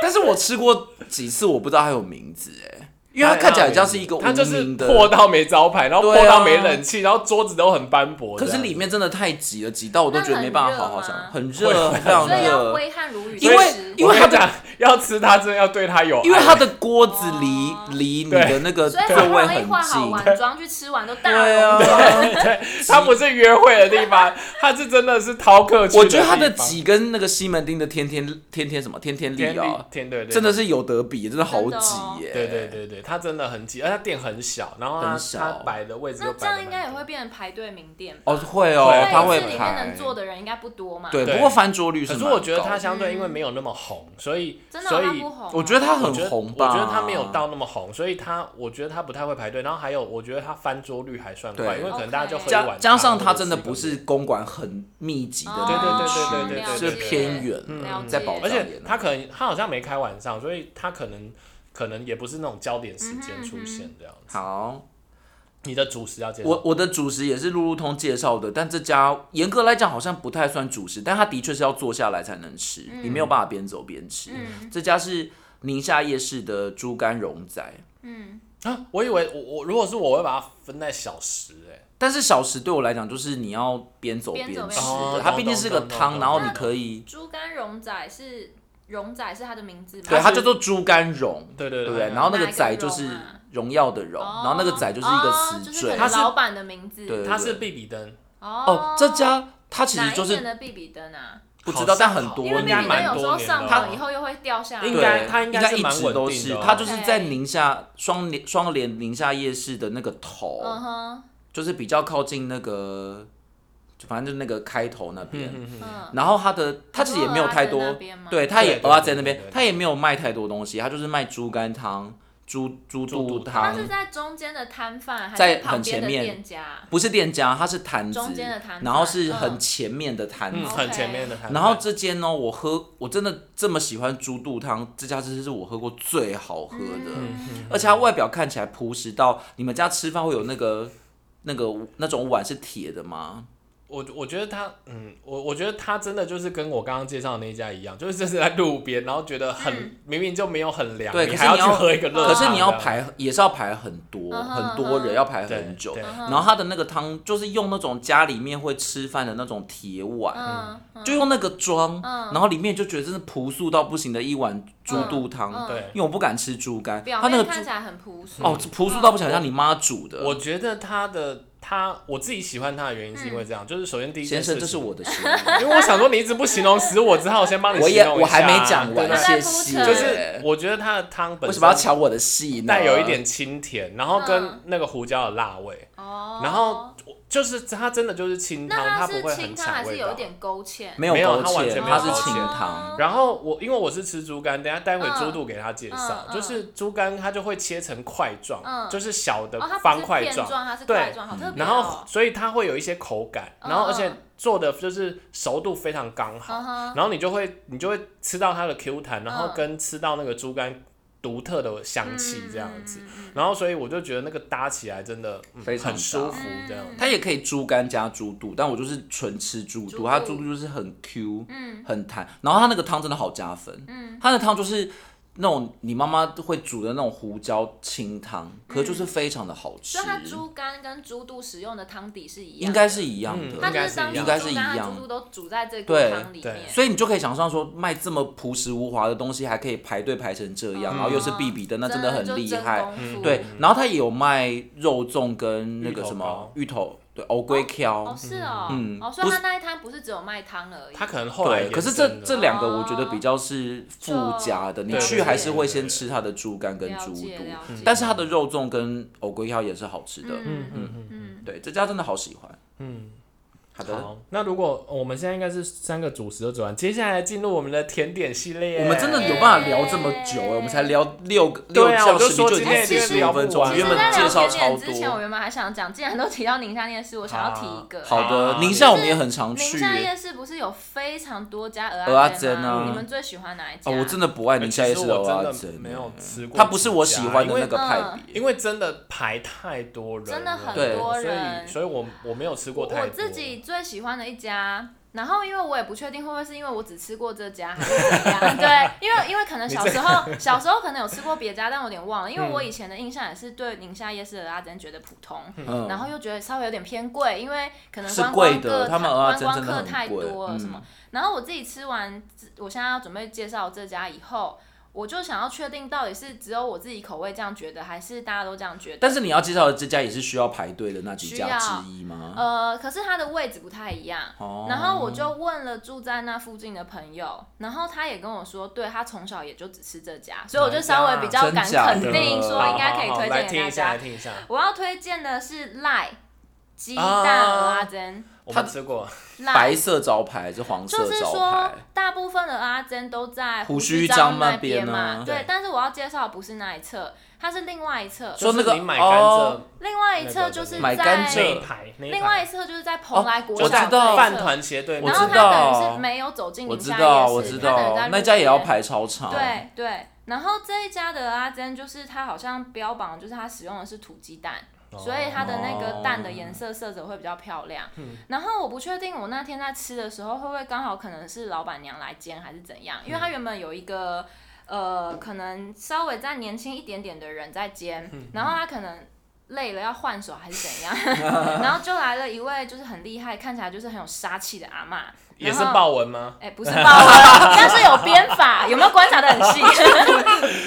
Speaker 1: 但是我吃过几次，我不知道它有名字哎、因为它看起来像是一个无
Speaker 3: 他就是
Speaker 1: 名的，
Speaker 3: 破到没招牌，然后
Speaker 1: 对
Speaker 3: 破到
Speaker 1: 啊
Speaker 3: 没冷气，然后桌子都很斑驳这
Speaker 1: 可
Speaker 3: 样子。
Speaker 1: 是里面真的太挤了，挤到我都觉得没办法好好想，
Speaker 2: 那
Speaker 1: 很热，
Speaker 3: 啊
Speaker 1: 非常
Speaker 2: 所以要
Speaker 1: 热。
Speaker 2: 挥汗如雨
Speaker 1: 因
Speaker 2: 之
Speaker 1: 为
Speaker 2: 时，
Speaker 1: 因为
Speaker 3: 他
Speaker 1: 它的
Speaker 3: 讲要吃它，真的要对它有爱，
Speaker 1: 因为它的锅子离
Speaker 2: 哦
Speaker 1: 离你
Speaker 3: 对
Speaker 1: 的那个
Speaker 2: 所以
Speaker 1: 座位
Speaker 2: 好不容易
Speaker 1: 很
Speaker 2: 化好
Speaker 1: 近，
Speaker 2: 晚妆去吃完都大
Speaker 1: 对
Speaker 2: 容
Speaker 1: 啊。
Speaker 3: 它不是约会的地方， 它是真的是逃课去
Speaker 1: 我觉得它的
Speaker 3: 地方
Speaker 1: 挤跟那个西门町的天天天天什么天天
Speaker 3: 天
Speaker 1: 利
Speaker 3: 地
Speaker 1: 啊，
Speaker 3: 天对对
Speaker 1: 真的是有得比，真的好
Speaker 2: 真的哦
Speaker 1: 挤耶、
Speaker 3: 对对对对，它真的很挤，而且它店很小，然后它
Speaker 1: 很小
Speaker 3: 它摆的位置
Speaker 2: 那
Speaker 3: 又
Speaker 2: 这
Speaker 3: 摆得
Speaker 2: 样应该也
Speaker 3: 蛮
Speaker 2: 会变成排队名店吧。
Speaker 1: 哦，会哦
Speaker 3: 会，
Speaker 1: 他
Speaker 2: 因为
Speaker 1: 会
Speaker 2: 这里面
Speaker 1: 排
Speaker 2: 能。坐的人应该不多嘛。
Speaker 1: 对，
Speaker 3: 对
Speaker 1: 不过翻桌率
Speaker 3: 多。可
Speaker 1: 是
Speaker 3: 是
Speaker 1: 蛮
Speaker 3: 我觉得
Speaker 1: 高
Speaker 3: 它
Speaker 1: 的
Speaker 3: 相对因为没有那么红，所以
Speaker 2: 嗯真的
Speaker 3: 所
Speaker 2: 吗它
Speaker 3: 以
Speaker 2: 不红啊，
Speaker 1: 我觉得它
Speaker 3: 我
Speaker 1: 很
Speaker 3: 觉得
Speaker 1: 红
Speaker 3: 我
Speaker 1: 吧，
Speaker 3: 觉得它没有到那么红，所以它我觉得它不太会排队。然后还有，我觉得它翻桌率还算快，
Speaker 1: 对
Speaker 3: 因为可能大家就喝一
Speaker 1: 加
Speaker 3: 碗。
Speaker 1: 加上它真的不是，公馆很密集的那种
Speaker 3: 对对对对
Speaker 1: 区，
Speaker 3: 对对
Speaker 1: 是
Speaker 3: 对对
Speaker 1: 偏远
Speaker 3: 嗯
Speaker 1: 了，
Speaker 2: 哦了
Speaker 1: 在
Speaker 2: 解
Speaker 1: 宝藏
Speaker 3: 而且
Speaker 1: 岩
Speaker 3: 它可
Speaker 1: 啊
Speaker 3: 能它好像没开晚上，所以它可能可能也不是那种焦点
Speaker 2: 嗯
Speaker 3: 时间出现这样子。
Speaker 1: 好，
Speaker 3: 你的主食要介绍，
Speaker 1: 我我的主食也是路路通介绍的，但这家严格来讲好像不太算主食，但它的确是要坐下来才能吃，
Speaker 2: 嗯
Speaker 1: 你没有办法边走边吃。这家是宁夏夜市的猪肝荣仔，
Speaker 2: 嗯
Speaker 3: 啊，我以为我我如果是我会把它分在小时哎、
Speaker 1: 但是小食对我来讲就是你要边走
Speaker 2: 边
Speaker 1: 边吃
Speaker 2: 走边吃
Speaker 1: 的
Speaker 3: 哦，
Speaker 1: 它
Speaker 3: 懂
Speaker 1: 毕竟
Speaker 3: 懂
Speaker 1: 是个
Speaker 3: 懂懂
Speaker 1: 汤，
Speaker 3: 懂
Speaker 1: 然后你
Speaker 3: 那
Speaker 1: 可以。
Speaker 2: 猪肝荣仔是荣仔是他的名字吗？
Speaker 1: 对，
Speaker 3: 它
Speaker 1: 它
Speaker 3: 是
Speaker 1: 叫做猪肝荣，
Speaker 3: 对对
Speaker 1: 对不
Speaker 3: 对
Speaker 1: 对？
Speaker 3: 嗯
Speaker 1: 然后那
Speaker 2: 哪
Speaker 1: 个
Speaker 2: 一个
Speaker 1: 仔就
Speaker 2: 荣
Speaker 1: 是
Speaker 2: 啊
Speaker 1: 荣耀的荣，然后那个仔就是一个
Speaker 2: 哦
Speaker 1: 死
Speaker 2: 就是可
Speaker 1: 罪。
Speaker 2: 能
Speaker 3: 它是
Speaker 2: 老板的名字。
Speaker 1: 对
Speaker 3: 它是必比登，
Speaker 1: 哦
Speaker 2: 哦，，
Speaker 1: 这家它其实
Speaker 2: 哪一
Speaker 1: 就是
Speaker 2: 年的必比登啊？
Speaker 1: 不知道，
Speaker 3: 好像
Speaker 1: 但很多
Speaker 2: 因为
Speaker 3: 应
Speaker 2: 必
Speaker 3: 该
Speaker 2: 比登
Speaker 1: 年。
Speaker 3: 蛮
Speaker 2: 有时候上
Speaker 3: 它
Speaker 2: 榜以后又会掉下来。
Speaker 3: 应
Speaker 1: 对
Speaker 3: 该它
Speaker 1: 应
Speaker 3: 应该是
Speaker 1: 一
Speaker 3: 蛮
Speaker 1: 直
Speaker 3: 稳
Speaker 1: 都
Speaker 3: 定
Speaker 1: 是，
Speaker 3: 的哦
Speaker 1: 它就是在
Speaker 2: OK
Speaker 1: 宁夏双联双联宁夏夜市的那个头，
Speaker 2: 嗯哼，
Speaker 1: 就是比较靠近那个，就反正就是那个开头那边。
Speaker 2: 嗯，
Speaker 1: 然后它的它其实也没有太
Speaker 2: 鹅啊
Speaker 1: 多
Speaker 2: 在那边吗，
Speaker 1: 对，它也
Speaker 3: 对对
Speaker 1: 鹅啊在那
Speaker 3: 对
Speaker 1: 边
Speaker 3: 对，对
Speaker 1: 它也没有卖太多东西，它就是卖猪肝汤、猪猪
Speaker 3: 猪
Speaker 1: 肚
Speaker 3: 肚
Speaker 2: 他
Speaker 1: 汤，
Speaker 2: 是在中间的摊贩，还
Speaker 1: 在
Speaker 2: 是旁
Speaker 1: 很
Speaker 2: 边
Speaker 1: 前
Speaker 2: 的
Speaker 1: 面
Speaker 2: 店家？
Speaker 1: 不是店家，它是摊子，
Speaker 2: 中间的摊贩
Speaker 1: 然后是很
Speaker 2: 嗯
Speaker 1: 前面的摊
Speaker 3: 嗯，
Speaker 1: 子。
Speaker 3: 很前面的摊贩。
Speaker 1: 然后这间呢，我喝我真的这么喜欢猪肚汤，这家真的是我喝过最好喝的，
Speaker 2: 嗯
Speaker 3: 嗯
Speaker 1: 而且它外表看起来朴实到，你们家吃饭会有那个那个那种碗是铁的吗？
Speaker 3: 我我觉得它，嗯，我我觉得它真的就是跟我刚刚介绍的那一家一样，就是这是在路边，然后觉得很、
Speaker 2: 嗯
Speaker 3: 明明就没有很凉，
Speaker 1: 对
Speaker 3: 你
Speaker 1: 可是
Speaker 3: 还要
Speaker 1: 你
Speaker 3: 去
Speaker 1: 要
Speaker 3: 喝一个热
Speaker 1: 可
Speaker 3: 汤，
Speaker 1: 是你要
Speaker 3: 这样
Speaker 1: 排也是要排很多
Speaker 2: 嗯哼
Speaker 1: 很多
Speaker 2: 嗯哼
Speaker 1: 人，要排
Speaker 3: 对
Speaker 1: 很久。
Speaker 2: 嗯
Speaker 3: 对
Speaker 1: 然后它的那个汤就是用那种家里面会吃饭的那种铁碗，
Speaker 2: 嗯，嗯
Speaker 1: 就用那个装，然后里面就觉得真是朴素到不行的一碗猪肚汤，
Speaker 2: 嗯
Speaker 3: 对嗯
Speaker 1: 因为我不敢吃猪肝，
Speaker 2: 表
Speaker 1: 它那个
Speaker 2: 面
Speaker 1: 猪
Speaker 2: 看起来很朴素。
Speaker 1: 哦朴素到不想像你妈煮的。
Speaker 3: 我觉得它的它我自己喜欢它的原因是因
Speaker 2: 嗯
Speaker 3: 为这样，就是首先第一
Speaker 1: 先
Speaker 3: 件事
Speaker 1: 生，
Speaker 3: 情，
Speaker 1: 这是我的形容
Speaker 3: 因为我想说你一直不形容食 物，我只好先帮你
Speaker 1: 我
Speaker 3: 形
Speaker 1: 也
Speaker 3: 容一
Speaker 1: 我还没
Speaker 3: 下
Speaker 1: 讲
Speaker 3: 对
Speaker 1: 完，
Speaker 3: 对
Speaker 2: 对
Speaker 1: 谢
Speaker 2: 他
Speaker 1: 谢。
Speaker 2: 在
Speaker 3: 就
Speaker 2: 铺陈
Speaker 3: 是我觉得它的汤本
Speaker 1: 为
Speaker 3: 身
Speaker 1: 什么要啊抢我的戏呢？
Speaker 3: 带有一点清甜，然后跟
Speaker 2: 嗯
Speaker 3: 那个胡椒的辣味。
Speaker 2: 哦，
Speaker 3: 然后我就是它真的就是清汤，
Speaker 2: 那它
Speaker 3: 不
Speaker 2: 是
Speaker 3: 会
Speaker 2: 清
Speaker 3: 很
Speaker 2: 汤还
Speaker 3: 抢
Speaker 2: 是
Speaker 3: 味
Speaker 2: 有
Speaker 3: 道
Speaker 2: 一。点勾芡？
Speaker 1: 没有
Speaker 3: 没有
Speaker 1: 勾
Speaker 3: 它完
Speaker 1: 芡，
Speaker 3: 全没
Speaker 1: 它
Speaker 3: 有
Speaker 1: 是
Speaker 3: 勾
Speaker 1: 清
Speaker 3: 芡
Speaker 1: 汤。
Speaker 3: 然后我因为我是吃猪肝，等一下待会
Speaker 2: 嗯
Speaker 3: 猪肚给他介绍，
Speaker 2: 嗯
Speaker 3: 就是猪肝它就会切成块状，
Speaker 2: 嗯
Speaker 3: 就是小的
Speaker 2: 哦，它
Speaker 3: 方
Speaker 2: 不是
Speaker 3: 块
Speaker 2: 片
Speaker 3: 状，
Speaker 2: 状，它是
Speaker 3: 对
Speaker 2: 块状，好特别、哦。
Speaker 3: 然后所以它会有一些口感，
Speaker 2: 嗯
Speaker 3: 然后
Speaker 2: 嗯
Speaker 3: 而且做的就是熟度非常刚好
Speaker 2: 嗯，哼，
Speaker 3: 然后你就会你就会吃到它的 Q 弹，然后
Speaker 2: 嗯
Speaker 3: 跟吃到那个猪肝独特的香气这样子
Speaker 2: 嗯，
Speaker 3: 然后所以我就觉得那个搭起来真的、嗯
Speaker 1: 非常
Speaker 3: 很舒
Speaker 1: 搭
Speaker 3: 服这
Speaker 2: 嗯
Speaker 3: 样。
Speaker 1: 它也可以猪肝加猪肚，但我就是纯吃猪肚，
Speaker 2: 猪肚
Speaker 1: 它猪肚就是很 Q，
Speaker 2: 嗯
Speaker 1: 很弹，然后它那个汤真的好加分，
Speaker 2: 嗯
Speaker 1: 它的汤就是那种你妈妈会煮的那种胡椒清汤，可是就是非常的好吃
Speaker 2: 嗯所以，它猪肝跟猪肚使用的汤底是一样的，
Speaker 1: 应该是一样
Speaker 3: 嗯
Speaker 2: 它
Speaker 1: 的。
Speaker 2: 就是当初
Speaker 1: 应该是一
Speaker 2: 猪肝和
Speaker 1: 样
Speaker 2: 猪肚都煮在这
Speaker 1: 对
Speaker 2: 个汤里
Speaker 3: 对
Speaker 2: 面。
Speaker 1: 所以你就可以想象说，卖这么朴实无华的东西，还可以排队排成这样，
Speaker 2: 嗯
Speaker 1: 然后又是必比登，那真的很厉害。
Speaker 2: 嗯、
Speaker 1: 对，然后它也有卖肉粽跟那个什么芋头，对，藕龟
Speaker 2: 哦
Speaker 1: 壳。
Speaker 2: 是哦，
Speaker 1: 嗯
Speaker 2: 哦，所以
Speaker 1: 不
Speaker 2: 他
Speaker 1: 是
Speaker 2: 那一摊不是只有卖汤而已，
Speaker 3: 它可能后来
Speaker 1: 对，
Speaker 3: 也
Speaker 1: 可是这这两个
Speaker 2: 哦
Speaker 1: 我觉得比较是附加的，你
Speaker 3: 对
Speaker 1: 去
Speaker 3: 对
Speaker 1: 还
Speaker 3: 对
Speaker 1: 是会
Speaker 3: 对
Speaker 1: 先
Speaker 3: 对
Speaker 1: 吃它的猪肝跟
Speaker 2: 了
Speaker 1: 猪
Speaker 2: 解
Speaker 1: 肚，
Speaker 2: 了解，
Speaker 1: 但是它的肉粽跟藕龟壳也是好吃的。
Speaker 2: 嗯嗯
Speaker 3: 嗯
Speaker 2: 嗯
Speaker 1: 对，这家真的好喜欢。
Speaker 3: 嗯，
Speaker 1: 好的，
Speaker 3: 好，那如果呃我们现在应该是三个主食都煮完，接下来进入我们的甜点系列。
Speaker 1: 我们真的有办法聊这么久哎、
Speaker 2: 耶
Speaker 1: 我们才聊六个六
Speaker 3: 对啊
Speaker 1: 小
Speaker 3: 我就
Speaker 1: 时，你
Speaker 3: 说
Speaker 1: 就已
Speaker 3: 今
Speaker 1: 经
Speaker 3: 天
Speaker 1: 四
Speaker 3: 一
Speaker 1: 十
Speaker 3: 定
Speaker 1: 五
Speaker 3: 聊
Speaker 1: 分
Speaker 3: 不
Speaker 1: 钟，
Speaker 3: 完
Speaker 1: 原本
Speaker 2: 在
Speaker 1: 介
Speaker 2: 聊
Speaker 1: 绍
Speaker 2: 甜
Speaker 1: 超
Speaker 2: 点之前，我
Speaker 1: 多。
Speaker 2: 原本还想讲，既然都提到宁夏夜市，我想要提一个。
Speaker 1: 好的，
Speaker 3: 啊
Speaker 1: 宁夏我们也很常
Speaker 2: 宁
Speaker 1: 去、
Speaker 2: 夏
Speaker 1: 欸。
Speaker 2: 夜市不是有非常多家
Speaker 1: 蚵
Speaker 2: 鹅
Speaker 1: 仔
Speaker 2: 仔
Speaker 1: 煎啊
Speaker 2: 吗？你们最喜欢哪一家？
Speaker 1: 哦，我真的不爱
Speaker 3: 哎
Speaker 1: 宁
Speaker 3: 其
Speaker 1: 夏夜
Speaker 3: 实
Speaker 1: 市蚵
Speaker 3: 我
Speaker 1: 仔
Speaker 3: 真的
Speaker 1: 煎，
Speaker 3: 嗯没有吃
Speaker 1: 啊
Speaker 3: 过，
Speaker 1: 它不是我喜欢的那个
Speaker 2: 嗯
Speaker 1: 派别。
Speaker 3: 因为真的排太多人了，
Speaker 2: 真的很
Speaker 1: 对
Speaker 2: 多
Speaker 3: 所
Speaker 2: 人
Speaker 3: 以所以我我没有吃过太多。
Speaker 2: 我自己最喜欢的一家，然后因为我也不确定会不会是因为我只吃过这家还是 怎样，对，因为因为可能小时候小时候可能有吃过别家，但我有点忘了，因为我以前的印象也是对宁夏夜市的蚵仔煎觉得普通，
Speaker 1: 嗯，
Speaker 2: 然后又觉得稍微有点偏贵，因为可能
Speaker 1: 是
Speaker 2: 观
Speaker 1: 贵
Speaker 2: 光
Speaker 1: 的
Speaker 2: 客
Speaker 1: 他们蚵
Speaker 2: 观
Speaker 1: 仔煎
Speaker 2: 光
Speaker 1: 真的
Speaker 2: 客
Speaker 1: 很
Speaker 2: 太
Speaker 1: 贵
Speaker 2: 多了什
Speaker 1: 嗯
Speaker 2: 么。然后我自己吃完，我现在要准备介绍这家以后。我就想要确定到底是只有我自己口味这样觉得，还是大家都这样觉得？
Speaker 1: 但是你要介绍的这家也是需要排队的那几
Speaker 2: 需
Speaker 1: 家
Speaker 2: 要
Speaker 1: 之一吗？
Speaker 2: 呃，可是它的位置不太一样。
Speaker 1: 哦
Speaker 2: 然后我就问了住在那附近的朋友，然后他也跟我说，对他从小也就只吃这家，所以我就稍微比较敢肯定说应该可以推
Speaker 3: 好好好来
Speaker 2: 荐给
Speaker 3: 听
Speaker 2: 大
Speaker 3: 一下，来
Speaker 2: 家。
Speaker 3: 听一下。
Speaker 2: 我要推荐的是赖鸡蛋蚵仔煎，
Speaker 3: 我们吃过，
Speaker 2: 赖
Speaker 1: 白色招牌还是黄色
Speaker 2: 就是
Speaker 1: 招
Speaker 2: 说
Speaker 1: 牌？，
Speaker 2: 大部分的阿珍都在
Speaker 1: 胡须
Speaker 2: 须
Speaker 1: 章那
Speaker 2: 那
Speaker 1: 边啊
Speaker 2: 嘛。
Speaker 3: 对
Speaker 2: 对，但是我要介绍的不是那一侧，它是另外一侧。
Speaker 1: 说那个
Speaker 3: 就是你买甘蔗
Speaker 1: 哦
Speaker 2: 另外一
Speaker 3: 那
Speaker 2: 侧
Speaker 3: 个
Speaker 2: 就是
Speaker 1: 买甘
Speaker 3: 那
Speaker 1: 蔗
Speaker 2: 在，
Speaker 3: 一排，那一排
Speaker 2: 另外一侧就是在蓬莱国
Speaker 1: 哦我
Speaker 2: 小
Speaker 1: 知道
Speaker 2: 这一侧
Speaker 3: 饭团斜对
Speaker 1: 我
Speaker 3: 面，
Speaker 2: 然后
Speaker 1: 知道
Speaker 2: 它等于是没有走进
Speaker 1: 我
Speaker 2: 宁
Speaker 1: 知
Speaker 2: 夏
Speaker 1: 道，我
Speaker 2: 夜
Speaker 1: 知
Speaker 2: 市，它等于
Speaker 1: 道
Speaker 2: 在，
Speaker 1: 那
Speaker 2: 路
Speaker 1: 家也要
Speaker 2: 边。
Speaker 1: 排啊超长。
Speaker 2: 对对，然后这一家的阿珍就是它好像标榜就是它使用的是土鸡蛋。所
Speaker 3: 哦
Speaker 2: 以它的那个蛋的颜色色泽会比较漂亮，
Speaker 3: 嗯
Speaker 2: 然后我不确定我那天在吃的时候会不会刚好可能是老板娘来煎还是怎样，
Speaker 3: 嗯
Speaker 2: 因为它原本有一个呃可能稍微再年轻一点点的人在煎，
Speaker 3: 嗯
Speaker 2: 然后他可能累了要换手还是怎 样，然后就来了一位就是很厉害，看起来就是很有杀气的阿嬷，
Speaker 3: 也
Speaker 2: 然
Speaker 3: 是
Speaker 2: 后
Speaker 3: 豹纹吗？
Speaker 2: 哎、不是豹纹，但是有编法，有没有观察的很细？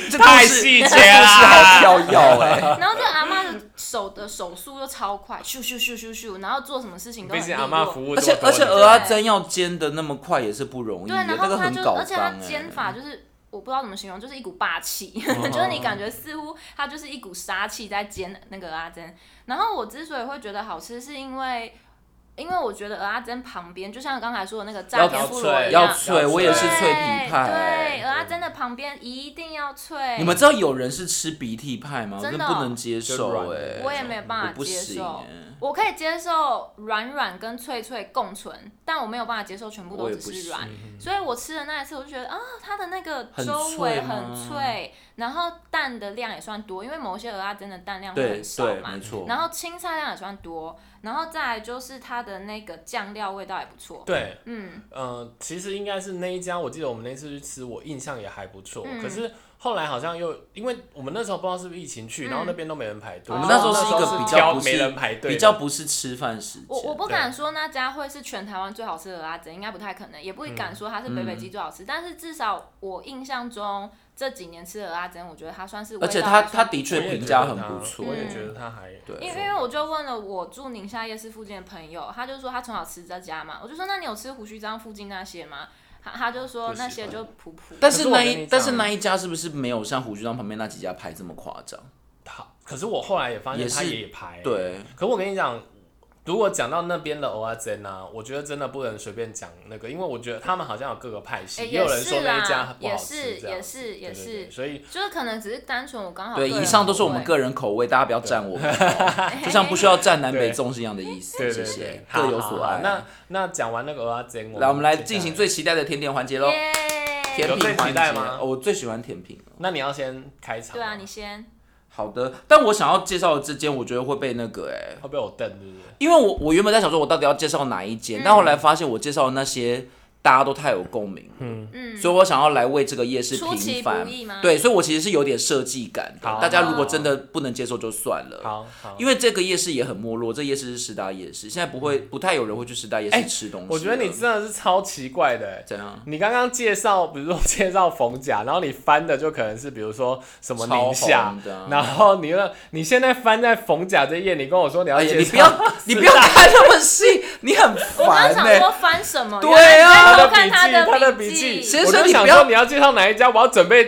Speaker 1: 这
Speaker 3: 太
Speaker 1: 故事
Speaker 3: 细节
Speaker 1: 这故事好
Speaker 3: 啦
Speaker 1: 跳 跃哎！
Speaker 2: 然后这阿妈的手的手速又超快，咻咻咻咻咻，然后做什么事情都
Speaker 3: 毕
Speaker 2: 很利
Speaker 3: 竟阿妈
Speaker 2: 落。
Speaker 3: 服务
Speaker 1: 而
Speaker 3: 多
Speaker 1: 且
Speaker 3: 多
Speaker 1: 而且
Speaker 3: 年
Speaker 1: 蚵仔煎要煎的那么快也是不容易
Speaker 2: 对，
Speaker 1: 的，
Speaker 2: 然
Speaker 1: 那
Speaker 2: 后
Speaker 1: 个
Speaker 2: 他
Speaker 1: 很
Speaker 2: 就，
Speaker 1: 搞
Speaker 2: 而且他
Speaker 1: 纲
Speaker 2: 煎
Speaker 1: 哎。
Speaker 2: 法就是。我不知道怎么形容，就是一股霸气，
Speaker 1: 哦
Speaker 2: 就是你感觉似乎他就是一股杀气在煎那个阿珍。然后我之所以会觉得好吃，是因为因为我觉得阿珍旁边，就像刚才说的那个炸
Speaker 1: 要
Speaker 2: 天妇
Speaker 3: 脆
Speaker 2: 罗一
Speaker 1: 要
Speaker 2: 样，
Speaker 1: 脆，
Speaker 3: 要
Speaker 1: 我
Speaker 3: 脆
Speaker 1: 也是
Speaker 2: 对
Speaker 1: 脆皮
Speaker 2: 对，
Speaker 1: 派。哎欸
Speaker 2: 鹅阿珍的旁边一定要脆。
Speaker 1: 你们知道有人是吃鼻涕派吗？我
Speaker 2: 真
Speaker 1: 真
Speaker 2: 的
Speaker 1: 不能接
Speaker 3: 就软
Speaker 1: 受
Speaker 3: 的
Speaker 1: 哎，
Speaker 2: 我也没有
Speaker 1: 我
Speaker 2: 办法
Speaker 1: 不
Speaker 2: 接
Speaker 1: 行
Speaker 2: 受。
Speaker 1: 哎。
Speaker 2: 我可以接受软软跟脆脆共存，但我没有办法接受全部
Speaker 1: 我
Speaker 2: 都
Speaker 1: 也
Speaker 2: 只
Speaker 1: 不
Speaker 2: 是
Speaker 1: 行嗯
Speaker 2: 软。所以我吃的那一次，我就觉得啊，它的那个
Speaker 1: 很
Speaker 2: 周
Speaker 1: 脆
Speaker 2: 围
Speaker 1: 吗
Speaker 2: 很脆，然后蛋的量也算多，因为某些鹅啊真的蛋量会
Speaker 1: 对
Speaker 2: 很少
Speaker 1: 对，
Speaker 2: 嘛
Speaker 1: 没。错。
Speaker 2: 然后青菜量也算多，然后再来就是它的那个酱料味道也不错。
Speaker 3: 对，
Speaker 2: 嗯，
Speaker 3: 嗯，其实应该是那一家，我记得我们那次去吃，我印象也还不错。
Speaker 2: 嗯
Speaker 3: 可是后来好像又，因为我们那时候不知道是不是疫情去，
Speaker 2: 嗯哦
Speaker 3: 然后那边都没人排队。
Speaker 2: 我们那时候
Speaker 3: 然
Speaker 2: 是一
Speaker 3: 后
Speaker 2: 个
Speaker 3: 是
Speaker 2: 比较
Speaker 3: 挑
Speaker 1: 不是
Speaker 3: 没人排队的，
Speaker 1: 比较不是吃饭时间。
Speaker 2: 我我不敢说那家会是全台湾最好吃的拉珍，应该不太可能，也不
Speaker 1: 嗯
Speaker 2: 敢说它是北北基最好吃，但是至少我印象中这几年吃的拉珍，我觉得它算是味
Speaker 1: 而
Speaker 2: 道
Speaker 1: 且
Speaker 2: 还
Speaker 1: 他
Speaker 2: 算
Speaker 1: 他的
Speaker 3: 我嗯
Speaker 1: 确
Speaker 3: 也觉得
Speaker 1: 评价
Speaker 3: 它
Speaker 1: 很不错
Speaker 3: 我
Speaker 1: 哎。
Speaker 3: 也觉得他
Speaker 2: 嗯
Speaker 3: 还
Speaker 1: 对
Speaker 2: 因为因为我就问了我住宁夏夜市附近的朋友，他就说他从小吃这家嘛，我就说那你有吃胡须章附近那些吗？他他就说
Speaker 3: 不喜欢
Speaker 2: 那些就普普，
Speaker 1: 但
Speaker 3: 可
Speaker 1: 是
Speaker 3: 是我
Speaker 1: 那
Speaker 3: 跟你
Speaker 1: 一
Speaker 3: 讲
Speaker 1: 但是那一家是不是没有像胡须章旁边那几家排这么夸张？
Speaker 3: 他，可是我后来也发现
Speaker 1: 也是
Speaker 3: 他也排。，
Speaker 1: 对，
Speaker 3: 可我跟你讲，如果讲到那边的蚵仔煎啊，我觉得真的不能随便讲那个，因为我觉得他们好像有各个派系，
Speaker 2: 哎
Speaker 3: 也有人说那一家不
Speaker 2: 也
Speaker 3: 好
Speaker 2: 是啦
Speaker 3: 吃，这样
Speaker 2: 也是也是
Speaker 3: 对对
Speaker 2: 也
Speaker 3: 对
Speaker 2: 是
Speaker 3: 所以
Speaker 2: 就是可能只是单纯我刚好
Speaker 1: 对，
Speaker 2: 个人
Speaker 1: 以上都是我们
Speaker 2: 口味
Speaker 1: 个人口味，大家不要站我们哦，就像不需要站南北粽是一样的意 思。
Speaker 3: 对
Speaker 1: 谢
Speaker 3: 对
Speaker 1: 谢
Speaker 3: 对，，
Speaker 1: 各
Speaker 3: 好
Speaker 1: 有
Speaker 3: 好
Speaker 1: 所
Speaker 3: 好
Speaker 1: 爱。
Speaker 3: 那那讲完那个蚵仔煎，
Speaker 1: 来，我们来
Speaker 3: 接下
Speaker 1: 进行最期待的甜点环节喽，
Speaker 2: 耶
Speaker 1: 甜
Speaker 3: 有最
Speaker 1: 品
Speaker 3: 期
Speaker 1: 环节
Speaker 3: 待吗
Speaker 1: 哦我最喜欢甜品了。
Speaker 3: 那你要先开场，
Speaker 2: 对啊，你先
Speaker 1: 好的，但我想要介绍的这间，我觉得会被那个哎、
Speaker 3: 会被我瞪，对不对？
Speaker 1: 因为我我原本在想说，我到底要介绍哪一
Speaker 2: 嗯
Speaker 1: 间，但后来发现我介绍的那些大家都太有共鸣，
Speaker 2: 嗯
Speaker 1: 所以我想要来为这个夜市
Speaker 2: 出其
Speaker 1: 平
Speaker 2: 不
Speaker 1: 反
Speaker 2: 意吗。
Speaker 1: 对，所以我其实是有点设计感的。
Speaker 3: 好
Speaker 1: 大家如果真的不能接受就算了。
Speaker 3: 好好，
Speaker 1: 因为这个夜市也很没落，这夜市是师大夜市，现在不会不太有人会去师大夜
Speaker 3: 嗯哎
Speaker 1: 市吃东西了、
Speaker 3: 我觉得你真的是超奇怪的欸。
Speaker 1: 怎样？
Speaker 3: 你刚刚介绍，比如说介绍逢甲，然后你翻的就可能是比如说什么宁
Speaker 1: 超
Speaker 3: 夏
Speaker 1: 红的啊，
Speaker 3: 然后你又你现在翻在逢甲这页，你跟我说你要
Speaker 1: 哎呀，
Speaker 3: 介
Speaker 1: 你
Speaker 3: 绍
Speaker 1: 不要 你不要看那么细，你很
Speaker 2: 我刚
Speaker 1: 烦欸
Speaker 2: 想
Speaker 1: 呢、
Speaker 2: 说翻什么？
Speaker 1: 对
Speaker 2: 原来
Speaker 1: 啊
Speaker 2: 你在
Speaker 3: 他
Speaker 2: 偷
Speaker 3: 的笔记，欸他
Speaker 2: 看他
Speaker 3: 的
Speaker 2: 笔
Speaker 3: 笔
Speaker 1: 其
Speaker 3: 记，
Speaker 1: 实
Speaker 3: 我就
Speaker 1: 你
Speaker 3: 想
Speaker 1: 不要
Speaker 3: 说你要介绍哪一家，我要准备，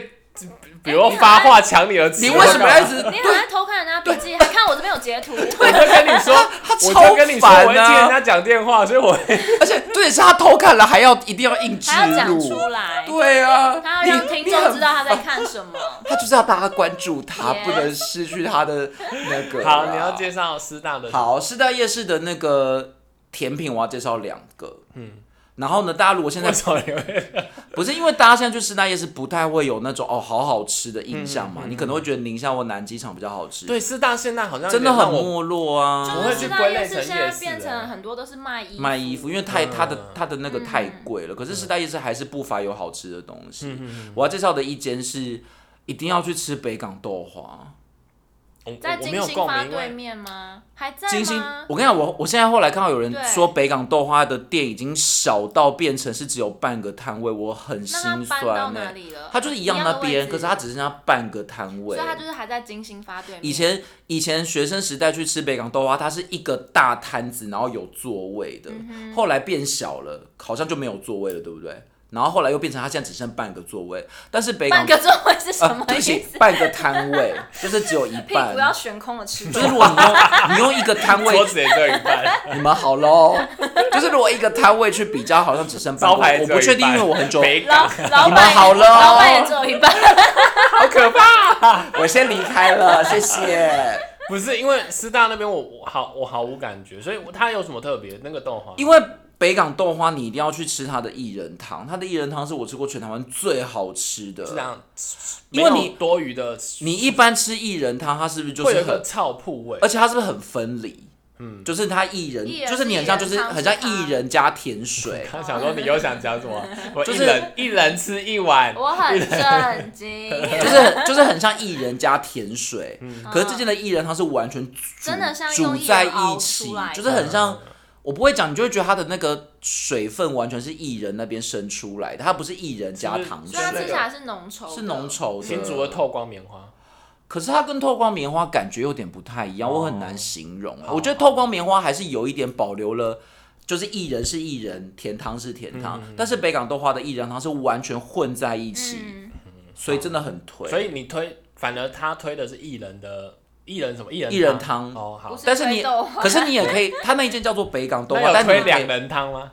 Speaker 3: 比如发话抢你的词，
Speaker 1: 你为什么要一直
Speaker 2: 你很爱偷看人家笔记，还看我这边有截 图。
Speaker 3: 我就跟你说，
Speaker 1: 他
Speaker 3: 我
Speaker 1: 超
Speaker 3: 就跟你说，
Speaker 1: 烦
Speaker 3: 我会
Speaker 1: 啊
Speaker 3: 听人家讲电话，所以我会
Speaker 1: 而且重点是他偷看了，还要一定要硬植
Speaker 2: 还要讲
Speaker 1: 入
Speaker 2: 出，来，
Speaker 1: 对啊，
Speaker 2: 他要让
Speaker 1: 你
Speaker 2: 听
Speaker 1: 你很
Speaker 2: 众知道他在看什么。
Speaker 1: 他就是要大家关注他
Speaker 2: Yes
Speaker 1: 不能失去他的那个。
Speaker 3: 好，你要介。绍师大的，
Speaker 1: 好，师大夜市的那个甜品，我要介绍两个。嗯，然后呢，大家如果现在
Speaker 3: 为什么你会？
Speaker 1: 不是因为大家现在去师大夜市不太会有那种哦好好吃的印象
Speaker 3: 嗯
Speaker 1: 嘛，你可能会觉得宁夏或南机场比较好吃，，
Speaker 3: 对，师大现在好像
Speaker 1: 真的
Speaker 3: 有点
Speaker 1: 很
Speaker 3: 让我
Speaker 1: 没落啊。
Speaker 3: 会
Speaker 2: 就是
Speaker 3: 去
Speaker 2: 知道
Speaker 3: 归类
Speaker 2: 夜市
Speaker 3: 成
Speaker 2: 现
Speaker 3: 夜
Speaker 2: 在
Speaker 3: 市
Speaker 2: 变
Speaker 3: 欸
Speaker 2: 成很多都是卖衣服
Speaker 1: 卖衣服，因为太
Speaker 3: 嗯
Speaker 1: 它的它的那个太贵了，可是师大夜市还是不乏有好吃的东西。
Speaker 3: 嗯
Speaker 1: 我要介绍的一间是一定要去吃北港豆花，
Speaker 3: 我我
Speaker 2: 在
Speaker 3: 我没
Speaker 2: 金
Speaker 3: 有
Speaker 2: 星
Speaker 3: 共
Speaker 2: 发
Speaker 3: 鸣，因
Speaker 2: 对
Speaker 3: 为
Speaker 2: 面吗？还在
Speaker 1: 金星
Speaker 2: 吗，？
Speaker 1: 我跟你讲，我我现在后来看到有人
Speaker 2: 对
Speaker 1: 说北港豆花的店已经小到变成是只有半个摊位，我很
Speaker 2: 那
Speaker 1: 心
Speaker 2: 他搬到
Speaker 1: 酸呢、
Speaker 2: 哪里了？
Speaker 1: 它就是一
Speaker 2: 样
Speaker 1: 样
Speaker 2: 的
Speaker 1: 那
Speaker 2: 位
Speaker 1: 边，
Speaker 2: 置
Speaker 1: 可是它只剩下半个摊
Speaker 2: 所
Speaker 1: 位
Speaker 2: 以。他就是还在金星发对面。
Speaker 1: 以前以前学生时代去吃北港豆花，它是一个大摊子，然后有座位的。
Speaker 2: 嗯
Speaker 1: 后来变小了，好像就没有座位了，对不对？然后后来又变成它现在只剩半个座位，但是北港
Speaker 2: 半个座位是什
Speaker 1: 啊
Speaker 2: 么
Speaker 1: 对
Speaker 2: 意
Speaker 1: 不起
Speaker 2: 思？
Speaker 1: 半个摊位就是只有一
Speaker 2: 屁
Speaker 1: 半
Speaker 2: 股。要悬空了吃
Speaker 1: 就是如果你用你用一个摊位
Speaker 3: 桌子也只有一 半。
Speaker 1: 你们好喽。就是如果一个摊位去比较，好像只剩半
Speaker 3: 招
Speaker 1: 个
Speaker 3: 牌
Speaker 1: 我
Speaker 3: 只有
Speaker 1: 不确
Speaker 3: 一
Speaker 1: 定，
Speaker 3: 半
Speaker 1: 因为我很久。
Speaker 3: 北
Speaker 2: 老
Speaker 3: 港
Speaker 2: 老
Speaker 1: 你们
Speaker 2: 板
Speaker 1: 好了哦
Speaker 2: 老板也只有 一半。
Speaker 1: 好可怕！ 我先离开了，谢谢。
Speaker 3: 不是因为师大那边我我好我毫无感觉，所以我它有什么特别？那个豆花，
Speaker 1: 因为北港豆花，你一定要去吃它的薏仁汤，它的薏仁汤是我吃过全台湾最好吃
Speaker 3: 是这
Speaker 1: 的。
Speaker 3: 样，
Speaker 1: 因为
Speaker 3: 没有
Speaker 1: 你
Speaker 3: 多余的，
Speaker 1: 你一般吃薏仁汤，它是不是就
Speaker 3: 会有
Speaker 1: 是
Speaker 3: 一个
Speaker 1: 很，
Speaker 3: 臭铺味
Speaker 1: 而。且它是不是很分离？嗯，就是它薏仁
Speaker 2: 薏，仁
Speaker 1: 就是你很像，
Speaker 2: 薏
Speaker 1: 就
Speaker 2: 仁
Speaker 1: 是
Speaker 2: 汤
Speaker 1: 很像
Speaker 2: 是它
Speaker 1: 薏仁加甜水。
Speaker 3: 他哎想说你又想 讲什么？我
Speaker 1: 就
Speaker 3: 一
Speaker 1: 是
Speaker 3: 人一人吃一碗，
Speaker 2: 我很震惊，
Speaker 1: 就是很就是很像薏仁加甜水，可是这件的薏仁它是完全煮
Speaker 2: 嗯真的像用
Speaker 1: 煮
Speaker 2: 薏仁
Speaker 1: 在
Speaker 2: 熬
Speaker 1: 一
Speaker 2: 出
Speaker 1: 起
Speaker 2: 来，的
Speaker 1: 就是很
Speaker 3: 嗯
Speaker 1: 像。我不会讲，你就会觉得它的那个水分完全是薏仁那边生出来的，它不是薏仁加
Speaker 3: 是不是
Speaker 1: 糖
Speaker 2: 所
Speaker 1: 水
Speaker 2: 以它
Speaker 3: 那
Speaker 2: 吃起
Speaker 3: 个
Speaker 2: 来是浓稠的，
Speaker 1: 是浓稠的。
Speaker 3: 新竹的透光棉花，
Speaker 1: 可是它跟透光棉花感觉有点不太一样，我很难形容、啊。
Speaker 3: 哦好
Speaker 1: 我觉得透光棉花还是有一点保留了，就是薏仁是薏仁，甜汤是甜
Speaker 3: 嗯
Speaker 1: 汤，但是北港豆花的薏仁汤是完全混在一起，
Speaker 2: 嗯，
Speaker 1: 所以真的很推。
Speaker 3: 所以你推，反而他推的是艺人的艺人什么艺人
Speaker 1: 薏仁汤
Speaker 3: 哦，好
Speaker 2: 不，
Speaker 1: 但是你
Speaker 2: 推豆花
Speaker 1: 可是你也可以，他那一件叫做北港豆花，
Speaker 3: 那
Speaker 1: 但
Speaker 3: 有
Speaker 1: 你也
Speaker 3: 推
Speaker 1: 可以
Speaker 3: 两人汤吗？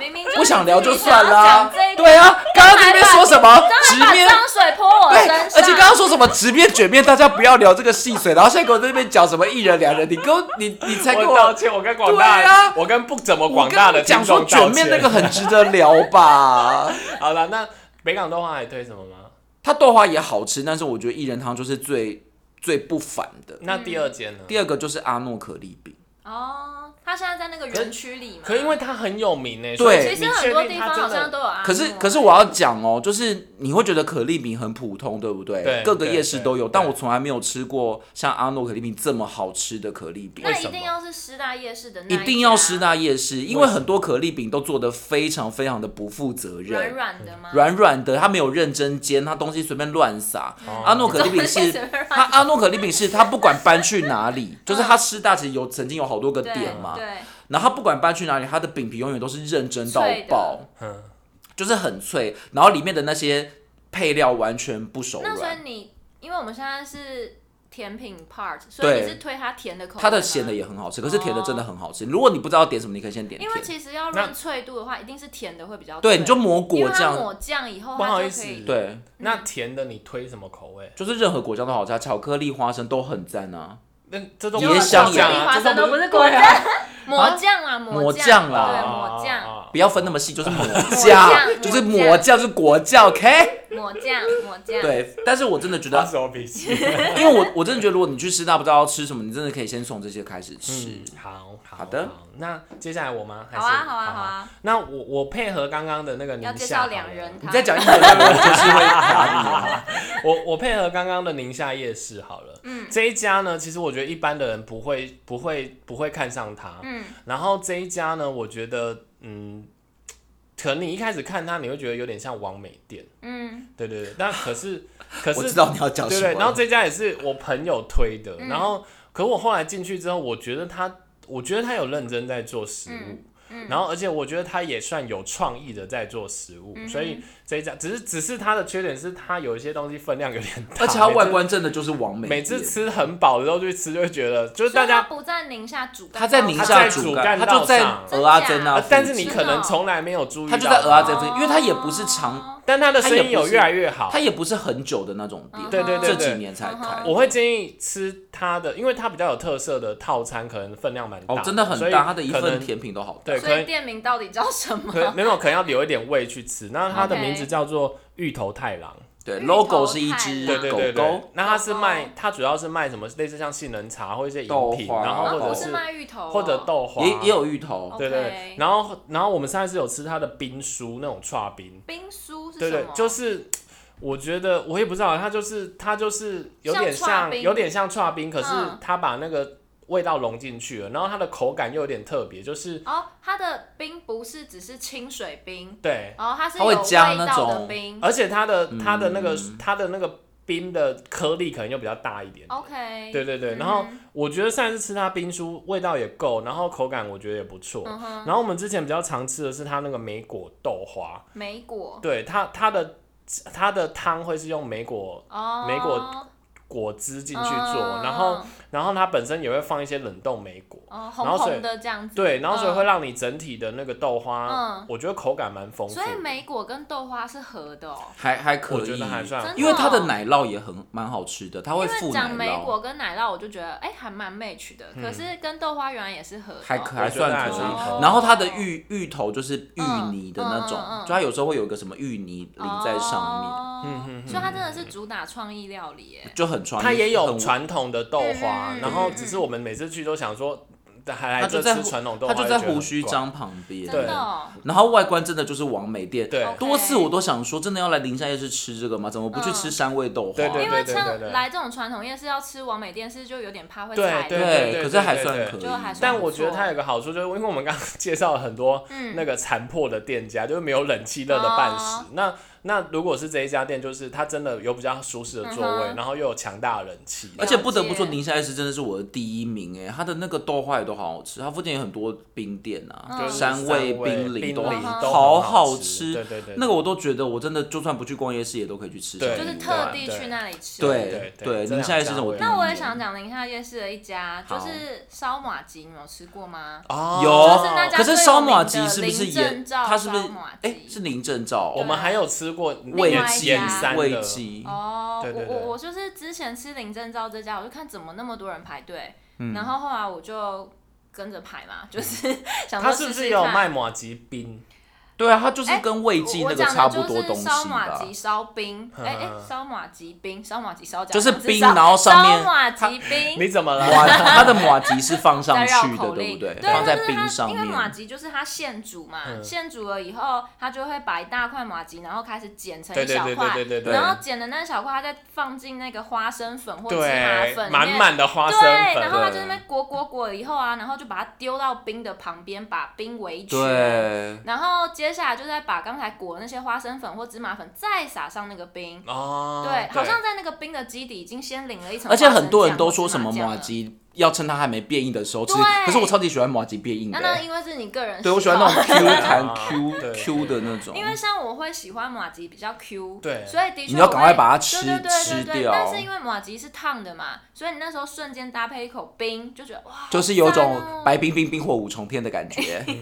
Speaker 2: 明明就是
Speaker 1: 不想聊就算
Speaker 2: 自己想要
Speaker 1: 啦
Speaker 2: 讲这。一
Speaker 1: 对啊，刚刚那边说什么直
Speaker 2: 张老板
Speaker 1: 面？
Speaker 2: 脏水泼我
Speaker 1: 对
Speaker 2: 身，上，
Speaker 1: 而且刚刚说什么直面卷面，大家不要聊这个细水，然后现在给我在那边讲什么一人两人，你跟我你你才跟
Speaker 3: 我道
Speaker 1: 我，
Speaker 3: 歉，我跟广
Speaker 1: 对啊
Speaker 3: 大，我跟不怎么广大的
Speaker 1: 我跟你讲
Speaker 3: 听
Speaker 1: 说
Speaker 3: 众道
Speaker 1: 卷面
Speaker 3: 歉。
Speaker 1: 那个很值得聊吧。
Speaker 3: 好了，那北港豆花还推什么吗？
Speaker 1: 它豆花也好吃，但是我觉得薏仁汤就是最最不凡
Speaker 2: 嗯
Speaker 1: 的。
Speaker 3: 那第二间呢？
Speaker 1: 第二个就是阿诺可丽饼，
Speaker 2: 哦，他现在在那个园区里嘛，
Speaker 3: 可因为它很有名
Speaker 1: 对
Speaker 3: 呢，
Speaker 2: 其
Speaker 3: 所以
Speaker 2: 实
Speaker 3: 你
Speaker 2: 很
Speaker 3: 确
Speaker 2: 多
Speaker 3: 定
Speaker 2: 地
Speaker 3: 它
Speaker 2: 方
Speaker 3: 真
Speaker 2: 好
Speaker 3: 的
Speaker 2: 像都有啊阿诺
Speaker 1: 可是可是我要讲哦，就是你会觉得可丽饼很普通，对不对？
Speaker 3: 对
Speaker 1: 各个
Speaker 3: 对
Speaker 1: 夜市
Speaker 3: 对
Speaker 1: 都有，
Speaker 3: 对
Speaker 1: 但我从来没有吃过像阿诺可丽饼这么好吃的可丽饼。
Speaker 2: 那
Speaker 3: 为什
Speaker 2: 一定
Speaker 3: 么
Speaker 2: 要是师大夜市的那
Speaker 1: 一
Speaker 2: 家
Speaker 1: 定要师大夜市，因为很多可丽饼都做的非常非常的不负责
Speaker 2: 软
Speaker 1: 任，
Speaker 2: 软的吗？
Speaker 1: 软软的，它没有认真煎，它东西随便乱撒。
Speaker 3: 哦
Speaker 1: 阿诺可丽饼
Speaker 2: 东西
Speaker 1: 是
Speaker 2: 随便乱撒
Speaker 1: 它阿诺可丽饼是它不管搬去哪里， 就是它师大其实有曾经有好多个
Speaker 2: 对
Speaker 1: 点嘛，
Speaker 2: 对，
Speaker 1: 然后它不管搬去哪里，它的饼皮永远都是认真到
Speaker 2: 脆的
Speaker 1: 爆，
Speaker 3: 嗯，
Speaker 1: 就是很脆，然后里面的那些配料完全不手
Speaker 2: 那所以
Speaker 1: 软。
Speaker 2: 你，因为我们现在是甜品 part，所以
Speaker 1: 对
Speaker 2: 你是推它甜的口味吗哦
Speaker 1: 它的咸的也很好吃，可是甜的真的很好吃。如果你不知道点什么，你可以先点
Speaker 2: 因为
Speaker 1: 甜。
Speaker 2: 其实要
Speaker 3: 那
Speaker 2: 论脆度的话，一定是甜的会比较
Speaker 1: 对，
Speaker 2: 脆
Speaker 1: 你就抹
Speaker 2: 因
Speaker 1: 果
Speaker 2: 为它
Speaker 1: 酱，
Speaker 2: 抹酱以后
Speaker 3: 不好
Speaker 2: 它
Speaker 3: 意
Speaker 2: 就
Speaker 3: 思
Speaker 2: 可以。
Speaker 1: 对，
Speaker 3: 那甜的你推什么口味？
Speaker 1: 就是任何果酱都好吃啊，巧克力、花生都很赞啊。
Speaker 3: 那这都
Speaker 1: 椰
Speaker 3: 不是
Speaker 1: 香
Speaker 3: 果
Speaker 1: 呀
Speaker 3: 酱啊，
Speaker 2: 花
Speaker 3: 这
Speaker 2: 生都不是果
Speaker 3: 对
Speaker 2: 酱
Speaker 3: 啊，
Speaker 2: 抹酱啊，
Speaker 1: 抹
Speaker 2: 酱
Speaker 1: 酱啦
Speaker 2: 对，抹
Speaker 3: 啊
Speaker 2: 酱，。
Speaker 3: 啊
Speaker 1: 不要分那么细，就是 抹
Speaker 2: 酱
Speaker 1: 酱，就是
Speaker 2: 抹
Speaker 1: 抹酱，就是果酱，OK？
Speaker 2: 抹酱，抹酱。，
Speaker 1: 对，但是我真的觉
Speaker 3: 发
Speaker 1: 得，
Speaker 3: 啊什么脾 气？
Speaker 1: 因为我我真的觉得，如果你去吃大不知道要吃什么，你真的可以先从这些开始吃。
Speaker 3: 嗯，好，好
Speaker 1: 好的
Speaker 3: 那接下来我吗？还是
Speaker 2: 好啊，好啊，好。啊。
Speaker 3: 那我我配合刚刚的那个宁夏好
Speaker 2: 要
Speaker 3: 了，
Speaker 2: 介绍两人
Speaker 1: 你
Speaker 2: 汤。
Speaker 1: 再讲一个，我就是会打你。
Speaker 3: 我我配合刚刚的宁夏夜市好了。
Speaker 2: 嗯
Speaker 3: 这一家呢，其实我觉得一般的人不会不会不会看上它。
Speaker 2: 嗯，
Speaker 3: 然后这一家呢，我觉得嗯，可能你一开始看它，你会觉得有点像王美店。
Speaker 2: 嗯，
Speaker 3: 对对对，但可是可
Speaker 1: 我
Speaker 3: 是
Speaker 1: 知道你要讲
Speaker 3: 对
Speaker 1: 什
Speaker 3: 对，
Speaker 1: 么
Speaker 3: 然后
Speaker 1: 了。
Speaker 3: 这家也是我朋友推的，
Speaker 2: 嗯
Speaker 3: 然后可我后来进去之后，我觉得他，我觉得他有认真在做食物，
Speaker 2: 嗯嗯
Speaker 3: 然后而且我觉得他也算有创意的在做食
Speaker 2: 嗯
Speaker 3: 物，所以这一家只是只是它的缺点是它有一些东西分量有点大，
Speaker 1: 而且它
Speaker 3: 每次
Speaker 1: 外观真的就是完美。
Speaker 3: 每次吃很饱的时候去吃，就会觉得就是
Speaker 2: 所
Speaker 3: 大
Speaker 2: 以它
Speaker 3: 家。
Speaker 2: 不在宁夏煮蛋
Speaker 1: 它
Speaker 2: 糕上，
Speaker 1: 在宁
Speaker 3: 它
Speaker 1: 夏
Speaker 3: 在主
Speaker 1: 煮
Speaker 3: 干
Speaker 1: 干，它
Speaker 3: 道
Speaker 1: 就在
Speaker 3: 上
Speaker 1: 鹅啊珍啊附
Speaker 2: 真假
Speaker 3: 呃
Speaker 1: 近，
Speaker 3: 但是你
Speaker 2: 吃
Speaker 3: 可能
Speaker 2: 哦
Speaker 3: 从来没有注意
Speaker 1: 它
Speaker 3: 到，
Speaker 1: 就在鹅啊珍
Speaker 2: 哦
Speaker 1: 附近，因为它也不是常，
Speaker 3: 但它的
Speaker 1: 它也
Speaker 3: 生意
Speaker 1: 不
Speaker 3: 有
Speaker 1: 是
Speaker 3: 越来越好
Speaker 1: 它。也不是很久的那种店，
Speaker 3: 嗯对对对
Speaker 1: 这
Speaker 3: 对嗯
Speaker 1: 几年才开。
Speaker 3: 我会建议吃它的，因为它比较有特色的套餐，可能分量蛮大
Speaker 1: 哦，真的
Speaker 3: 所
Speaker 1: 很
Speaker 3: 以
Speaker 1: 大，它的一
Speaker 3: 可
Speaker 1: 份
Speaker 3: 能
Speaker 1: 甜品都好大。
Speaker 3: 对，可
Speaker 2: 所以
Speaker 3: 能
Speaker 2: 店名到底叫什
Speaker 3: 可能
Speaker 2: 么？哦
Speaker 3: 没有，可能要留一点胃去吃。那它的
Speaker 2: OK
Speaker 3: 名字叫做芋头太郎，
Speaker 1: 对
Speaker 2: 芋头
Speaker 1: ，logo 是一只
Speaker 3: 对
Speaker 2: 太郎
Speaker 3: 对
Speaker 1: 狗
Speaker 3: 对对
Speaker 1: 狗，。
Speaker 3: 那它是卖
Speaker 2: 狗，
Speaker 3: 它主要是卖什么？类似像杏仁茶或一些饮
Speaker 1: 豆
Speaker 3: 品，
Speaker 1: 花
Speaker 3: 然后
Speaker 2: 啊，
Speaker 3: 或
Speaker 2: 不
Speaker 3: 者
Speaker 2: 是
Speaker 3: 是
Speaker 2: 卖芋头哦，
Speaker 3: 或者豆花，
Speaker 1: 也也有芋
Speaker 2: 哦
Speaker 1: 头，
Speaker 3: 对对对
Speaker 2: OK。
Speaker 3: 然后然后我们上一次有吃它的冰酥那种串冰，
Speaker 2: 冰酥是
Speaker 3: 对
Speaker 2: 什
Speaker 3: 对
Speaker 2: 么？，
Speaker 3: 就是。我觉得我也不知道，它就是它就是有点
Speaker 2: 像
Speaker 3: 像
Speaker 2: 刨冰
Speaker 3: 有点像串冰，可是
Speaker 2: 嗯
Speaker 3: 它把那个味道融进去了，然后它的口感又有点特别，就是
Speaker 2: 哦，它的冰不是只是清水冰，
Speaker 3: 对，
Speaker 2: 哦，它是
Speaker 1: 它
Speaker 2: 有
Speaker 1: 会
Speaker 2: 味
Speaker 1: 加那
Speaker 2: 道的
Speaker 1: 种
Speaker 2: 冰。
Speaker 3: 而且它的它的那个
Speaker 1: 嗯
Speaker 3: 它的那个冰的颗粒可能又比较大一点。
Speaker 2: OK，
Speaker 3: 对对对，
Speaker 2: 嗯
Speaker 3: 然后
Speaker 2: 哼
Speaker 3: 我觉得上一次吃它冰酥味道也够，然后口感我觉得也不错。
Speaker 2: 嗯哼，
Speaker 3: 然后我们之前比较常吃的是它那个梅果豆花，
Speaker 2: 梅果
Speaker 3: 对它它的它的汤会是用梅果
Speaker 2: 哦，
Speaker 3: 梅果果汁进去做，
Speaker 2: 嗯
Speaker 3: 然后然后它本身也会放一些冷冻梅果，
Speaker 2: 哦
Speaker 3: 然后
Speaker 2: 红
Speaker 3: 所以
Speaker 2: 红的这样子，
Speaker 3: 对，然后所以
Speaker 2: 嗯
Speaker 3: 会让你整体的那个豆花，
Speaker 2: 嗯
Speaker 3: 我觉得口感蛮丰富
Speaker 2: 所以
Speaker 3: 的，
Speaker 2: 梅果跟豆花是合的哦，
Speaker 1: 还还可
Speaker 3: 我觉
Speaker 1: 以
Speaker 3: 得，还算
Speaker 2: 真
Speaker 1: 因为
Speaker 2: 哦
Speaker 1: 它的奶酪也很蛮好吃的，它
Speaker 2: 因
Speaker 1: 会
Speaker 2: 为
Speaker 1: 附
Speaker 2: 讲
Speaker 1: 奶
Speaker 2: 梅
Speaker 1: 酪，
Speaker 2: 果跟奶酪，我就觉得哎、还蛮 match 的，可是跟豆花原来也是合的哦，
Speaker 1: 还可
Speaker 3: 我
Speaker 1: 还
Speaker 3: 觉得
Speaker 1: 算
Speaker 3: 还
Speaker 1: 可
Speaker 2: 算可以
Speaker 1: 以。然后它的芋芋头就是芋
Speaker 2: 哦嗯
Speaker 1: 泥的那种
Speaker 2: 嗯嗯嗯，哦
Speaker 1: 就它有时候会有一个什么芋泥淋在上面。
Speaker 3: 嗯
Speaker 2: 面，所以它真的是主打创意料理耶，
Speaker 1: 就很传，
Speaker 3: 它也有
Speaker 1: 很，
Speaker 3: 传统的豆花，
Speaker 2: 嗯
Speaker 3: 然后只是我们每次去都想说，嗯还来
Speaker 1: 它
Speaker 3: 这
Speaker 1: 就在
Speaker 3: 吃
Speaker 1: 胡
Speaker 3: 传统豆花，
Speaker 1: 它就在
Speaker 3: 觉得很
Speaker 1: 胡须
Speaker 3: 怪。
Speaker 1: 章旁边，
Speaker 2: 真的、哦，
Speaker 1: 然后外观真的就是王美店，
Speaker 3: 对
Speaker 2: OK 嗯
Speaker 1: 多次我都想说，真的要来宁夏夜市吃这个吗？怎么不去吃山味豆花？
Speaker 3: 对对
Speaker 2: 因为
Speaker 3: 对对
Speaker 2: 像
Speaker 3: 对
Speaker 2: 来这种传统夜市要吃完美店是就有点怕会
Speaker 3: 对
Speaker 2: 踩雷，
Speaker 3: 对对
Speaker 1: 可是还算可以，
Speaker 2: 就还算
Speaker 3: 但我觉得它有个好处，就是因为我们刚刚介绍了很多
Speaker 2: 嗯
Speaker 3: 那个残破的店家，就是没有冷气热的半死。
Speaker 2: 哦
Speaker 3: 那那如果是这一家店，就是它真的有比较舒适的座位，
Speaker 2: 嗯哼
Speaker 3: 然后又有强大的人气。
Speaker 1: 而且不得不说，宁夏夜市真的是我的第一名哎，它的那个豆花也都好好吃，它附近有很多冰店啊，
Speaker 2: 嗯
Speaker 3: 就是
Speaker 1: 山
Speaker 3: 味
Speaker 1: 冰
Speaker 3: 淋
Speaker 1: 都
Speaker 2: 冰
Speaker 3: 好
Speaker 2: 都
Speaker 1: 好
Speaker 3: 好
Speaker 1: 吃，
Speaker 3: 对对对，
Speaker 1: 那个我都觉得我真的就算不去逛夜市也都可以去吃，
Speaker 3: 对
Speaker 2: 就是
Speaker 3: 对
Speaker 2: 特地
Speaker 3: 对嗯
Speaker 2: 去那里吃，
Speaker 1: 对
Speaker 3: 对对这
Speaker 1: 宁夏夜市是我第一
Speaker 3: 两家
Speaker 2: 那
Speaker 1: 名
Speaker 2: 我也想讲宁夏夜市的一家，就
Speaker 1: 好
Speaker 2: 是烧马吉，你们有吃过吗？
Speaker 3: 哦
Speaker 1: 有
Speaker 2: 就是那家
Speaker 1: 可是
Speaker 2: 最有
Speaker 1: 烧马
Speaker 2: 名
Speaker 1: 吉
Speaker 2: 的
Speaker 1: 是不是
Speaker 2: 林
Speaker 1: 也
Speaker 2: 正照
Speaker 1: 它是不是
Speaker 2: 烧马
Speaker 1: 哎
Speaker 2: 吉
Speaker 1: 是林正照
Speaker 3: 我们还有吃过
Speaker 1: 味
Speaker 2: 另外一
Speaker 1: 鸡
Speaker 3: 盐
Speaker 2: 家
Speaker 3: 山的
Speaker 1: 味鸡
Speaker 2: 哦，
Speaker 3: 嗯对对
Speaker 2: 我
Speaker 3: 对
Speaker 2: 我我就是之前吃林正照这家，我就看怎么那么多人排队，
Speaker 3: 嗯
Speaker 2: 然后后来我就跟着排嘛，就是 想
Speaker 3: 它
Speaker 2: 说
Speaker 3: 是不
Speaker 2: 试
Speaker 3: 是
Speaker 2: 试
Speaker 3: 有
Speaker 2: 看。
Speaker 3: 卖马吉冰？
Speaker 1: 对啊，它就是
Speaker 2: 哎
Speaker 1: 跟味记
Speaker 2: 我
Speaker 1: 那
Speaker 2: 我
Speaker 1: 个
Speaker 2: 讲
Speaker 1: 差
Speaker 2: 的
Speaker 1: 不多
Speaker 2: 就
Speaker 1: 东
Speaker 2: 是
Speaker 1: 西
Speaker 2: 烧马
Speaker 1: 吧
Speaker 2: 吉。烧冰，哎哎
Speaker 3: 嗯，
Speaker 2: 烧马吉冰，烧马吉烧饺
Speaker 1: 就是
Speaker 2: 不
Speaker 1: 冰
Speaker 2: 烧
Speaker 1: 然后上面
Speaker 2: 烧马吉冰，
Speaker 3: 你怎么了？
Speaker 1: 马它的马吉是放上
Speaker 2: 在绕
Speaker 1: 去的，
Speaker 2: 口
Speaker 1: 对不
Speaker 2: 令，
Speaker 1: 对？
Speaker 2: 对，
Speaker 1: 放在
Speaker 2: 就是它
Speaker 1: 冰上
Speaker 2: 因为马
Speaker 1: 面。
Speaker 2: 吉就是它现煮嘛，
Speaker 3: 嗯
Speaker 2: 现煮了以后，它就会把一大块马吉，然后开始剪成
Speaker 3: 对
Speaker 2: 一
Speaker 3: 对
Speaker 2: 小
Speaker 3: 对
Speaker 2: 块
Speaker 3: 对，对对
Speaker 2: 然后剪的那小块，它再放进那个花生粉或芝麻
Speaker 3: 对
Speaker 2: 粉里面，
Speaker 3: 满满的花生
Speaker 2: 对，然后
Speaker 3: 粉，
Speaker 2: 它就那边裹裹裹了以后啊，然后就把它丢到冰的旁边，把冰围起来。
Speaker 1: 对，
Speaker 2: 然后接下来就再把刚才裹的那些花生粉或芝麻粉再撒上那个冰，
Speaker 3: 哦，
Speaker 2: 对，好像在那个冰的基底已经先淋了一层花
Speaker 1: 而
Speaker 2: 生酱
Speaker 1: 且
Speaker 2: 或芝麻酱了，
Speaker 1: 很多人都说什么马吉要趁它还没变硬的时候吃
Speaker 2: 对。
Speaker 1: 可是我超级喜欢麻吉变硬的、
Speaker 2: 那那
Speaker 1: 欸，
Speaker 2: 因为是你个人，
Speaker 1: 对我喜欢那种 Q 弹
Speaker 3: 啊
Speaker 1: Q
Speaker 3: 对
Speaker 1: Q 的那种。
Speaker 2: 因为像我会喜欢马吉比较 Q，
Speaker 3: 对
Speaker 2: 所以的确
Speaker 1: 你要
Speaker 2: 我会
Speaker 1: 赶快把它吃
Speaker 2: 对对对对对
Speaker 1: 吃掉
Speaker 2: 但是因为马吉是烫的嘛，所以你那时候瞬间搭配一口冰，就觉得哇，
Speaker 1: 就是有
Speaker 2: 好
Speaker 1: 种
Speaker 2: 赞哦
Speaker 1: 白冰冰冰火五重天的感觉，
Speaker 3: 嗯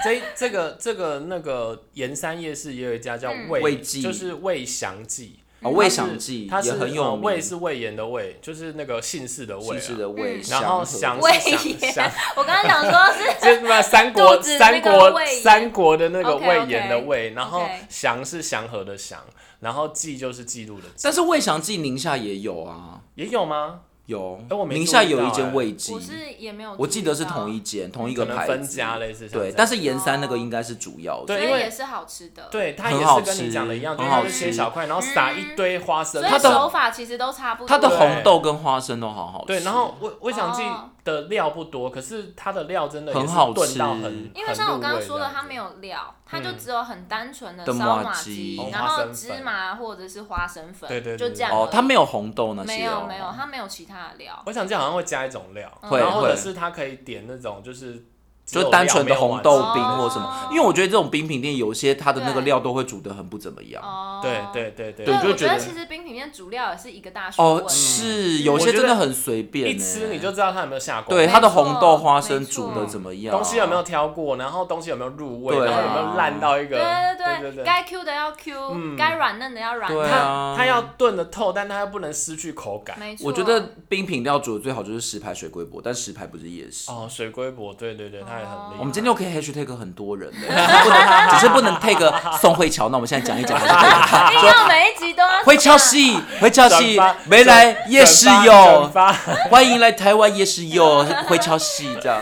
Speaker 3: 这这个这个那个盐山夜市也有一家叫
Speaker 2: 嗯
Speaker 3: 魏，
Speaker 1: 魏记
Speaker 3: 就是魏祥记。
Speaker 1: 啊，
Speaker 3: 它
Speaker 1: 味
Speaker 3: 是
Speaker 1: 想记
Speaker 3: 它是
Speaker 1: 也很有
Speaker 3: 呃魏
Speaker 1: 名，
Speaker 3: 是魏延的魏，就是那个姓氏的魏、
Speaker 1: 姓
Speaker 3: 啊。
Speaker 1: 氏的味，
Speaker 2: 嗯
Speaker 1: 祥
Speaker 3: 然后
Speaker 1: 和
Speaker 3: 祥
Speaker 2: 魏
Speaker 3: 是
Speaker 2: 延
Speaker 3: 祥，祥
Speaker 2: 我刚刚想说 是
Speaker 3: 就是那 三国
Speaker 2: 肚子
Speaker 3: 三
Speaker 2: 那个
Speaker 3: 国
Speaker 2: 魏延
Speaker 3: 三国的那个
Speaker 2: OK，OK，
Speaker 3: 魏延的魏，然后
Speaker 2: OK
Speaker 3: 祥是祥和的祥，然后记就是记录的记
Speaker 1: 但，是味祥记宁夏也有啊，
Speaker 3: 也有吗？
Speaker 1: 有
Speaker 3: 哎我，没
Speaker 1: 宁夏
Speaker 3: 注意
Speaker 1: 有一
Speaker 3: 到哎
Speaker 1: 间味记
Speaker 2: 我，是也没有注意到，
Speaker 1: 我记得是同一间同一
Speaker 3: 可
Speaker 1: 个
Speaker 3: 能
Speaker 1: 牌
Speaker 3: 分
Speaker 1: 子，
Speaker 3: 家类似像这
Speaker 1: 对
Speaker 3: 样，哦
Speaker 1: 但是盐山那个应该是主要的
Speaker 3: 对
Speaker 2: 所，
Speaker 3: 因
Speaker 2: 以
Speaker 3: 为
Speaker 2: 也是好吃的，，
Speaker 3: 对它
Speaker 1: 很
Speaker 3: 也
Speaker 1: 好
Speaker 3: 是跟你
Speaker 1: 吃
Speaker 3: 讲的一样，就
Speaker 1: 很
Speaker 3: 是
Speaker 1: 好
Speaker 3: 它是切
Speaker 1: 吃
Speaker 3: 小块，然后撒
Speaker 2: 嗯
Speaker 3: 一堆花生，
Speaker 2: 所
Speaker 3: 它
Speaker 2: 以
Speaker 3: 的
Speaker 2: 手法其实都差不多。
Speaker 1: 它的
Speaker 3: 对
Speaker 1: 红豆跟花生都好好吃，
Speaker 3: 对，然后我我想记
Speaker 2: 哦
Speaker 3: 的料不多，可是它的料真的也
Speaker 1: 很
Speaker 3: 是
Speaker 1: 好
Speaker 3: 炖
Speaker 1: 吃
Speaker 3: 到很，
Speaker 2: 因为像我刚刚说的，它没
Speaker 3: 有
Speaker 2: 有料，它就
Speaker 3: 嗯
Speaker 2: 只有很单纯的
Speaker 1: 的
Speaker 2: 烧
Speaker 1: 麻
Speaker 2: 马
Speaker 1: 吉
Speaker 2: 鸡
Speaker 1: 哦，
Speaker 2: 然
Speaker 3: 花
Speaker 2: 后
Speaker 3: 生
Speaker 2: 芝
Speaker 3: 粉
Speaker 2: 麻或者是花生粉，
Speaker 3: 对对对
Speaker 2: 就这样而已。
Speaker 1: 哦，它没有红豆那
Speaker 2: 没
Speaker 1: 些
Speaker 2: 有
Speaker 1: 哦，
Speaker 2: 没有，它没有其他的料。
Speaker 3: 我想记好像会加一种料，
Speaker 2: 嗯
Speaker 1: 会
Speaker 3: 然后或者
Speaker 1: 会
Speaker 3: 是它可以点那种就是只有
Speaker 1: 就单纯的
Speaker 3: 料没有
Speaker 1: 红
Speaker 3: 丸
Speaker 1: 豆
Speaker 3: 子
Speaker 1: 冰
Speaker 2: 哦
Speaker 1: 或什么，因为我觉得这种冰品店有些它的那个
Speaker 2: 对
Speaker 1: 料都会煮的很不怎么样。
Speaker 2: 哦，
Speaker 3: 对对对对
Speaker 1: 对
Speaker 2: 我
Speaker 1: 就
Speaker 2: 觉
Speaker 1: 觉
Speaker 2: 得
Speaker 1: 得
Speaker 2: 其实冰品面主料也是一个大学
Speaker 1: 哦
Speaker 2: 问，。
Speaker 1: 是
Speaker 2: 嗯
Speaker 1: 有些
Speaker 3: 我觉
Speaker 1: 真
Speaker 3: 得
Speaker 1: 的很随便，欸
Speaker 3: 一吃你就知道它有没有下锅，
Speaker 1: 对它的红豆花
Speaker 2: 没
Speaker 1: 生
Speaker 2: 错
Speaker 1: 煮的怎么样，
Speaker 3: 东西有没有啊挑过，然后东西有没有入味，
Speaker 1: 对
Speaker 3: 然
Speaker 1: 啊
Speaker 3: 后有没有烂到一个，
Speaker 2: 对对
Speaker 3: 对
Speaker 2: 对对，该 Q 的要 Q，
Speaker 3: 嗯
Speaker 2: 该软嫩的要软
Speaker 1: 对
Speaker 2: 嫩，
Speaker 1: 啊
Speaker 3: 它它要炖的透，但它又不能失去口感。
Speaker 2: 没错。
Speaker 1: 我觉得冰品料煮的最好就是石牌水龟粿，但石牌不是夜市。
Speaker 3: 哦，水龟粿，对对
Speaker 2: 哦
Speaker 3: 对，它也很厉害。
Speaker 1: 我们今天又可以 hashtag 很多人 的，不能只是不能 take 宋慧乔。那我们现在讲一讲，
Speaker 2: 硬哎要每一集都要
Speaker 1: 慧乔 系，慧乔
Speaker 3: 转
Speaker 1: 系
Speaker 3: 发
Speaker 1: 没来
Speaker 3: 转
Speaker 1: 夜市
Speaker 3: 转发
Speaker 1: 有
Speaker 3: 转，发
Speaker 1: 欢迎来台湾夜市有，慧乔系这样。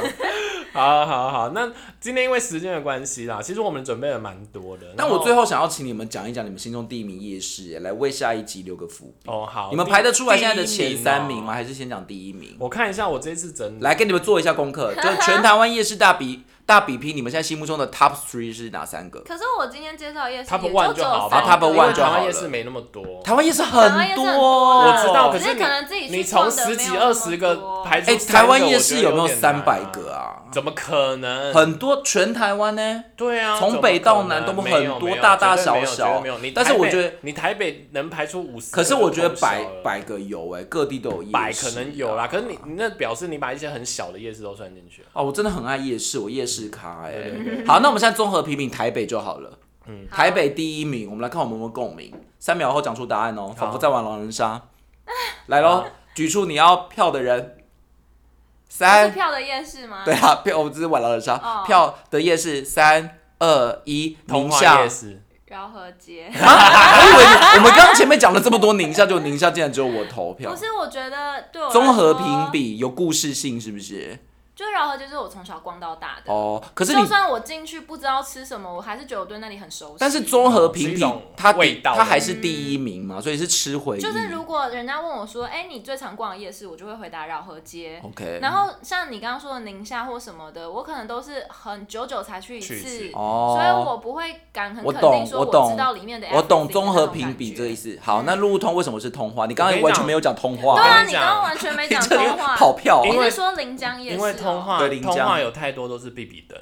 Speaker 3: 好好好，那今天因为时间的关系啦，其实我们准备了蛮多的。
Speaker 1: 但我最
Speaker 3: 后
Speaker 1: 后想要请你们讲一讲你们心中第一名夜市，来为下一集留个伏笔。
Speaker 3: 哦好，
Speaker 1: 你们排得出来
Speaker 3: 第
Speaker 1: 现在的前三名？
Speaker 3: 第一
Speaker 1: 吗？还是先讲第一名
Speaker 3: 哦？我看一下，我这一次整理
Speaker 1: 来跟你们做一下功课，就是全台湾夜市大比大比拼，你们现在心目中的 top three 是哪三个？
Speaker 2: 可是我今天介绍夜市
Speaker 3: top
Speaker 2: 也
Speaker 3: one
Speaker 2: 只
Speaker 3: 就
Speaker 2: 有
Speaker 3: 好
Speaker 2: 三
Speaker 3: 吧
Speaker 1: 啊
Speaker 2: 个
Speaker 1: ，top
Speaker 3: 因为
Speaker 1: one 就
Speaker 3: 台
Speaker 1: 好
Speaker 3: 湾
Speaker 1: 了
Speaker 3: 夜市没那么多。
Speaker 1: 台湾夜市
Speaker 2: 台湾
Speaker 1: 很
Speaker 2: 夜市很
Speaker 1: 多，
Speaker 2: 多
Speaker 3: 我知道，可
Speaker 2: 只是可能自己去
Speaker 3: 你从
Speaker 2: 逛的
Speaker 3: 十
Speaker 2: 没
Speaker 3: 几
Speaker 2: 有那
Speaker 3: 二
Speaker 2: 么
Speaker 3: 十个
Speaker 2: 多
Speaker 3: 排出
Speaker 1: 哎、
Speaker 3: 三个，
Speaker 1: 台湾夜
Speaker 3: 我
Speaker 1: 市
Speaker 3: 觉得
Speaker 1: 有没有
Speaker 3: 点难
Speaker 1: 三百个？啊？
Speaker 3: 怎么可能？
Speaker 1: 很多，全台湾呢？
Speaker 3: 对啊，
Speaker 1: 从
Speaker 3: 怎么
Speaker 1: 北到南
Speaker 3: 可
Speaker 1: 都
Speaker 3: 能
Speaker 1: 很
Speaker 3: 没有
Speaker 1: 多
Speaker 3: 没有
Speaker 1: 大大
Speaker 3: 绝对没
Speaker 1: 小
Speaker 3: 有绝对
Speaker 1: 小
Speaker 3: 没有你
Speaker 1: 但是
Speaker 3: 台
Speaker 1: 我
Speaker 3: 北
Speaker 1: 觉得
Speaker 3: 你台北能排出五十，
Speaker 1: 可是我觉得百
Speaker 3: 就很小了
Speaker 1: 百啊个有哎、各地都有夜市、
Speaker 3: 百可能有啦，可是你你那表示你把一些很小的夜市都算进去了。
Speaker 1: 哦，我真的很爱夜市，我夜市咖哎、
Speaker 3: 对
Speaker 1: 好，那我们现在综合评评台北就好了。
Speaker 2: 嗯
Speaker 3: 嗯
Speaker 2: 好
Speaker 1: 台北第一名，我们来看我们有没有共鸣。三秒后讲出答案哦，仿佛在玩狼人杀。来喽，举出你要票的人。
Speaker 2: 是
Speaker 1: 三，
Speaker 2: 票的夜市吗？
Speaker 1: 对啊，票我们只是玩狼人杀，
Speaker 2: 哦
Speaker 1: 票的夜市三二一，
Speaker 3: 通
Speaker 1: 宁
Speaker 3: 化
Speaker 1: 夏
Speaker 3: 夜。市，哦
Speaker 2: 饶河街。
Speaker 1: 啊 我以为你我们刚刚前面讲了这么多宁夏，就宁夏竟然只有我投票
Speaker 2: 不。是，我觉得对我来
Speaker 1: 综合
Speaker 2: 说
Speaker 1: 评，比有故事性是不是？
Speaker 2: 就饶河街是我从小逛到大的。
Speaker 1: 哦，可是你
Speaker 2: 就算我进去不知道吃什么，我还是觉得我对那里很熟悉。
Speaker 1: 但是综合评
Speaker 3: 是一
Speaker 1: 比
Speaker 3: 种，
Speaker 1: 它
Speaker 3: 味道
Speaker 1: 它还是第一名嘛，所以是吃回忆。
Speaker 2: 就是如果人家问我说，哎、你最常逛的夜市，我就会回答饶河街。
Speaker 1: 哦 OK，
Speaker 2: 然后像你刚刚说的宁夏或什么的，我可能都是很久久才去一
Speaker 3: 去一
Speaker 2: 次，
Speaker 3: 次
Speaker 1: 哦
Speaker 2: 所以我不会敢很
Speaker 1: 我
Speaker 2: 肯定
Speaker 1: 懂
Speaker 2: 说
Speaker 1: 我懂
Speaker 2: 知道里面的 everything
Speaker 1: 我懂综合
Speaker 2: 的那种
Speaker 1: 评比
Speaker 2: 感觉
Speaker 1: 这意。思。好，那路通为什么是通话？你刚
Speaker 3: 我跟
Speaker 1: 刚
Speaker 3: 你
Speaker 1: 完全
Speaker 3: 讲
Speaker 1: 没有讲通
Speaker 2: 对
Speaker 1: 话，
Speaker 2: 啊，
Speaker 3: 我跟
Speaker 2: 你
Speaker 3: 你
Speaker 2: 刚
Speaker 3: 讲
Speaker 2: 刚完全没讲
Speaker 1: 这里
Speaker 2: 通话，
Speaker 1: 跑票哦
Speaker 3: 因
Speaker 2: 你
Speaker 3: 为
Speaker 2: 是说临江夜市、哦，
Speaker 3: 因为通化
Speaker 1: 对临江
Speaker 3: 通化有太多都是必比登，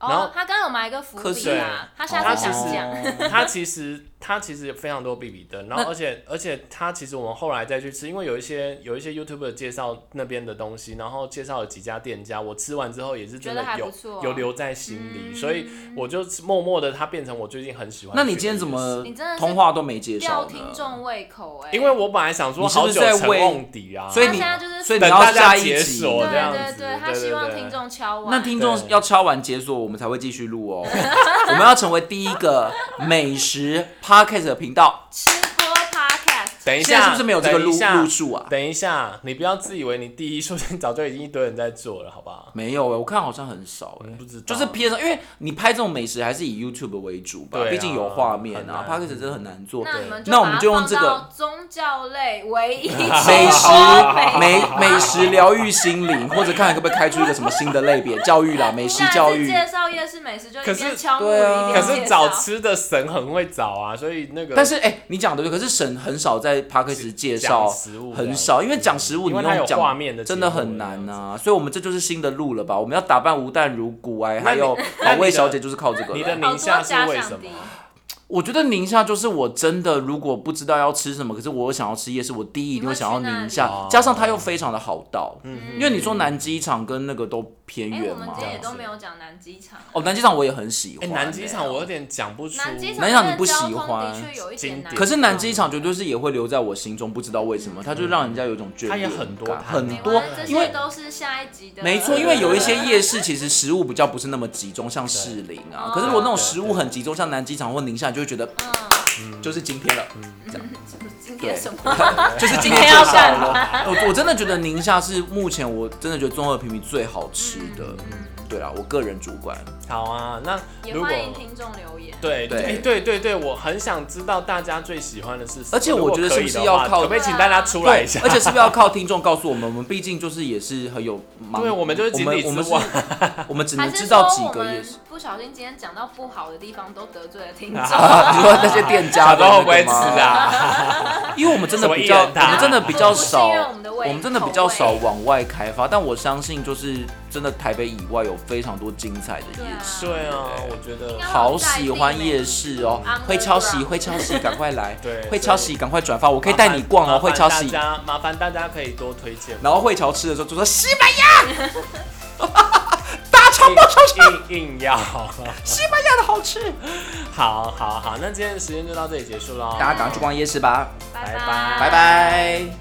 Speaker 3: 然后
Speaker 2: 哦，他刚刚有埋一个伏
Speaker 1: 可
Speaker 2: 笔
Speaker 1: 是
Speaker 2: 啦，他下
Speaker 3: 它
Speaker 2: 次
Speaker 3: 其
Speaker 2: 想
Speaker 3: 实
Speaker 1: 哦
Speaker 2: 讲。
Speaker 3: 它其实它其实有非常多必比登，然后而且而且它其实我们后来再去吃，因为有一些有一些 YouTube 介绍那边的东西，然后介绍了几家店家，我吃完之后也是真
Speaker 2: 觉得
Speaker 3: 的
Speaker 2: 还不
Speaker 3: 有
Speaker 2: 错嗯
Speaker 3: 有留在心里，所以我就默默的它变成我最近很喜欢。
Speaker 1: 那你今天怎？么
Speaker 2: 你真的是
Speaker 1: 通话都没介
Speaker 2: 吊
Speaker 1: 绍
Speaker 2: 听
Speaker 1: 呢？
Speaker 2: 众胃口哎、
Speaker 3: 因为我本来想说
Speaker 1: 你是不
Speaker 3: 好
Speaker 1: 是
Speaker 3: 久
Speaker 1: 在
Speaker 3: 成
Speaker 1: 为
Speaker 3: 瓮底啊，
Speaker 1: 所以
Speaker 2: 他
Speaker 1: 你
Speaker 2: 现在就是
Speaker 1: 所以你
Speaker 3: 等
Speaker 1: 要
Speaker 3: 大家
Speaker 1: 下一
Speaker 3: 解
Speaker 1: 集，
Speaker 3: 锁这样
Speaker 2: 对对啊
Speaker 3: 子
Speaker 2: 对，他
Speaker 3: 对对
Speaker 2: 希望
Speaker 3: 对
Speaker 2: 听众敲完。
Speaker 1: 那听众要敲完解锁，我们才会继续录哦。 我们要成为第一个美食 podcast 的频道。
Speaker 2: 吃播 podcast，
Speaker 3: 等一
Speaker 1: 现在
Speaker 3: 下
Speaker 1: 是不是没有这个
Speaker 3: 等
Speaker 1: 路
Speaker 3: 一下
Speaker 1: 路数啊？
Speaker 3: 等一下，你不要自以为你第一，说不定早就已经一堆人在做了，好不好？
Speaker 1: 没有哎、我看好像很少哎、
Speaker 3: 不知道
Speaker 1: 就是偏上，因为你拍这种美食还是以 YouTube 为主吧，
Speaker 3: 对啊
Speaker 1: 毕竟有画面啊
Speaker 3: 很难
Speaker 1: p o d c a s t 真的很难做。
Speaker 2: 那你们
Speaker 1: 那
Speaker 2: 把
Speaker 1: 我们
Speaker 2: 它
Speaker 1: 就用
Speaker 2: 放
Speaker 1: 这个
Speaker 2: 到宗教类 唯一
Speaker 1: 美
Speaker 2: 美
Speaker 1: 食美
Speaker 2: 美
Speaker 1: 美食疗愈心灵，或者看可不可以开出一个什么新的类别，教育啦，美食
Speaker 2: 下一次
Speaker 1: 教 育。
Speaker 2: 介绍夜市美食就一
Speaker 3: 可是
Speaker 2: 边敲木鱼
Speaker 1: 对啊
Speaker 2: 一边
Speaker 3: 可
Speaker 2: 介
Speaker 3: 是
Speaker 2: 绍
Speaker 3: 找吃的神很会找啊，所以那个
Speaker 1: 但是哎、你讲的对，可是神很少在在 p a r k e s 介绍
Speaker 3: 讲食物这样
Speaker 1: 很
Speaker 3: 子
Speaker 1: 少，因为讲食物你
Speaker 3: 因为它
Speaker 1: 用
Speaker 3: 有画面
Speaker 1: 讲
Speaker 3: 的
Speaker 1: 真
Speaker 3: 结
Speaker 1: 的
Speaker 3: 果
Speaker 1: 很
Speaker 3: 这样
Speaker 1: 难
Speaker 3: 子
Speaker 1: 啊，所以我们这就是新的路了吧？我们要打扮吴淡如、古埃还
Speaker 3: 你
Speaker 1: 有
Speaker 3: 那
Speaker 1: 保
Speaker 3: 你
Speaker 1: 卫
Speaker 3: 的
Speaker 1: 小姐，就是靠这个
Speaker 3: 你
Speaker 1: 了
Speaker 3: 的
Speaker 2: 好
Speaker 3: 宁
Speaker 2: 多
Speaker 3: 夏
Speaker 2: 假
Speaker 3: 是
Speaker 2: 想
Speaker 3: 为什
Speaker 2: 敌
Speaker 3: 么？
Speaker 1: 我觉得宁夏就是我真的，如果不知道要吃什么，可是我想要吃夜市，我第一一定会想要宁
Speaker 2: 你
Speaker 3: 会去那
Speaker 1: 夏
Speaker 3: 里，
Speaker 1: 加上它又非常的好到，
Speaker 2: 嗯
Speaker 1: 因为你说南机场跟那个都偏
Speaker 2: 哎、
Speaker 1: 远
Speaker 2: 我们
Speaker 1: 嘛
Speaker 2: 今。天也
Speaker 3: 这样子
Speaker 2: 都没有讲南机场。
Speaker 1: 哦，南机场我也很喜
Speaker 3: 哎、
Speaker 1: 欢。欸
Speaker 3: 南机场我有点讲不出。
Speaker 1: 南
Speaker 2: 南机场
Speaker 1: 机
Speaker 2: 真
Speaker 1: 场
Speaker 2: 的
Speaker 1: 你不喜
Speaker 2: 交通的
Speaker 1: 欢
Speaker 2: 确有一
Speaker 3: 经
Speaker 2: 点
Speaker 3: 典
Speaker 2: 难。
Speaker 1: 可是南机场绝对是也会留在我心中，不知道为什么，它就让人家有一种眷恋
Speaker 3: 它
Speaker 1: 感，
Speaker 3: 也很多摊
Speaker 1: 很
Speaker 2: 没
Speaker 1: 多
Speaker 2: 关系，嗯这
Speaker 1: 因为
Speaker 2: 些都是下一集的。嗯
Speaker 1: 没错，因为有一些夜市其实食物比较不是那么集中，像士林啊
Speaker 2: 对。
Speaker 1: 可是如果那种
Speaker 3: 哦对对
Speaker 1: 食物很集中，像南机场或宁夏，你就会觉得
Speaker 2: 嗯，
Speaker 1: 就是今天了，这样
Speaker 2: 今
Speaker 1: 对
Speaker 2: 天什么？
Speaker 1: 就是今
Speaker 2: 天
Speaker 1: 天
Speaker 2: 要
Speaker 1: 介绍
Speaker 2: 干
Speaker 1: 了。我我真的觉得宁夏是目前我真的觉得综合评比最好吃的。
Speaker 3: 嗯
Speaker 1: 对啦，我个人主观，
Speaker 3: 好啊，那
Speaker 2: 也
Speaker 3: 如果
Speaker 2: 欢迎听众留言。
Speaker 3: 对
Speaker 1: 对
Speaker 3: 哎对对对，我很想知道大家最喜欢的是什么。
Speaker 1: 而且我
Speaker 3: 如果
Speaker 1: 觉得是
Speaker 3: 可以
Speaker 1: 不是
Speaker 3: 的
Speaker 1: 要
Speaker 3: 话
Speaker 1: 靠
Speaker 3: 可不可以请大家出来一下？
Speaker 1: 而且是不是要靠听众告诉我们？我们毕竟就是也是很有忙，
Speaker 3: 对我们就是
Speaker 1: 我
Speaker 3: 井
Speaker 1: 们
Speaker 3: 底
Speaker 1: 我们
Speaker 3: 之
Speaker 1: 是
Speaker 3: 蛙，
Speaker 1: 我们只
Speaker 2: 还
Speaker 1: 能
Speaker 2: 是
Speaker 1: 知
Speaker 2: 说
Speaker 1: 道几
Speaker 2: 我
Speaker 1: 个夜
Speaker 2: 们
Speaker 1: 市。
Speaker 2: 不小心今天讲到不好的地方都得罪了听众，
Speaker 1: 啊，你说那些店家
Speaker 3: 小
Speaker 1: 的
Speaker 3: 时候
Speaker 1: 那
Speaker 3: 会不会
Speaker 1: 个
Speaker 3: 吃
Speaker 1: 吗？
Speaker 3: 啊？
Speaker 1: 因为我们真的比
Speaker 3: 什
Speaker 1: 较，
Speaker 3: 么一人
Speaker 1: 我
Speaker 3: 大
Speaker 1: 们真的比较少，
Speaker 2: 不信任我们的胃口
Speaker 1: 我们真的比较少往外开发。但我相信，就是真的台北以外有非常多精彩的夜市，
Speaker 3: 对啊，我觉得
Speaker 2: 应该要
Speaker 1: 好喜欢夜市哦
Speaker 2: Underground！
Speaker 1: 会敲洗，会敲 洗，赶快来！
Speaker 3: 对
Speaker 1: 会敲洗，赶快转发，我可以带你逛哦，
Speaker 3: 麻烦
Speaker 1: 会敲洗
Speaker 3: 大。家麻烦大家可以多 推荐。
Speaker 1: 然后会乔吃的时候就说西班牙， 大肠包小肠，
Speaker 3: 硬硬要，
Speaker 1: 西班牙的好吃。
Speaker 3: 好好好，那今天的时间就到这里结束喽，
Speaker 1: 大家赶快去逛夜市吧，
Speaker 2: 拜
Speaker 3: 拜
Speaker 2: 拜
Speaker 1: 拜拜。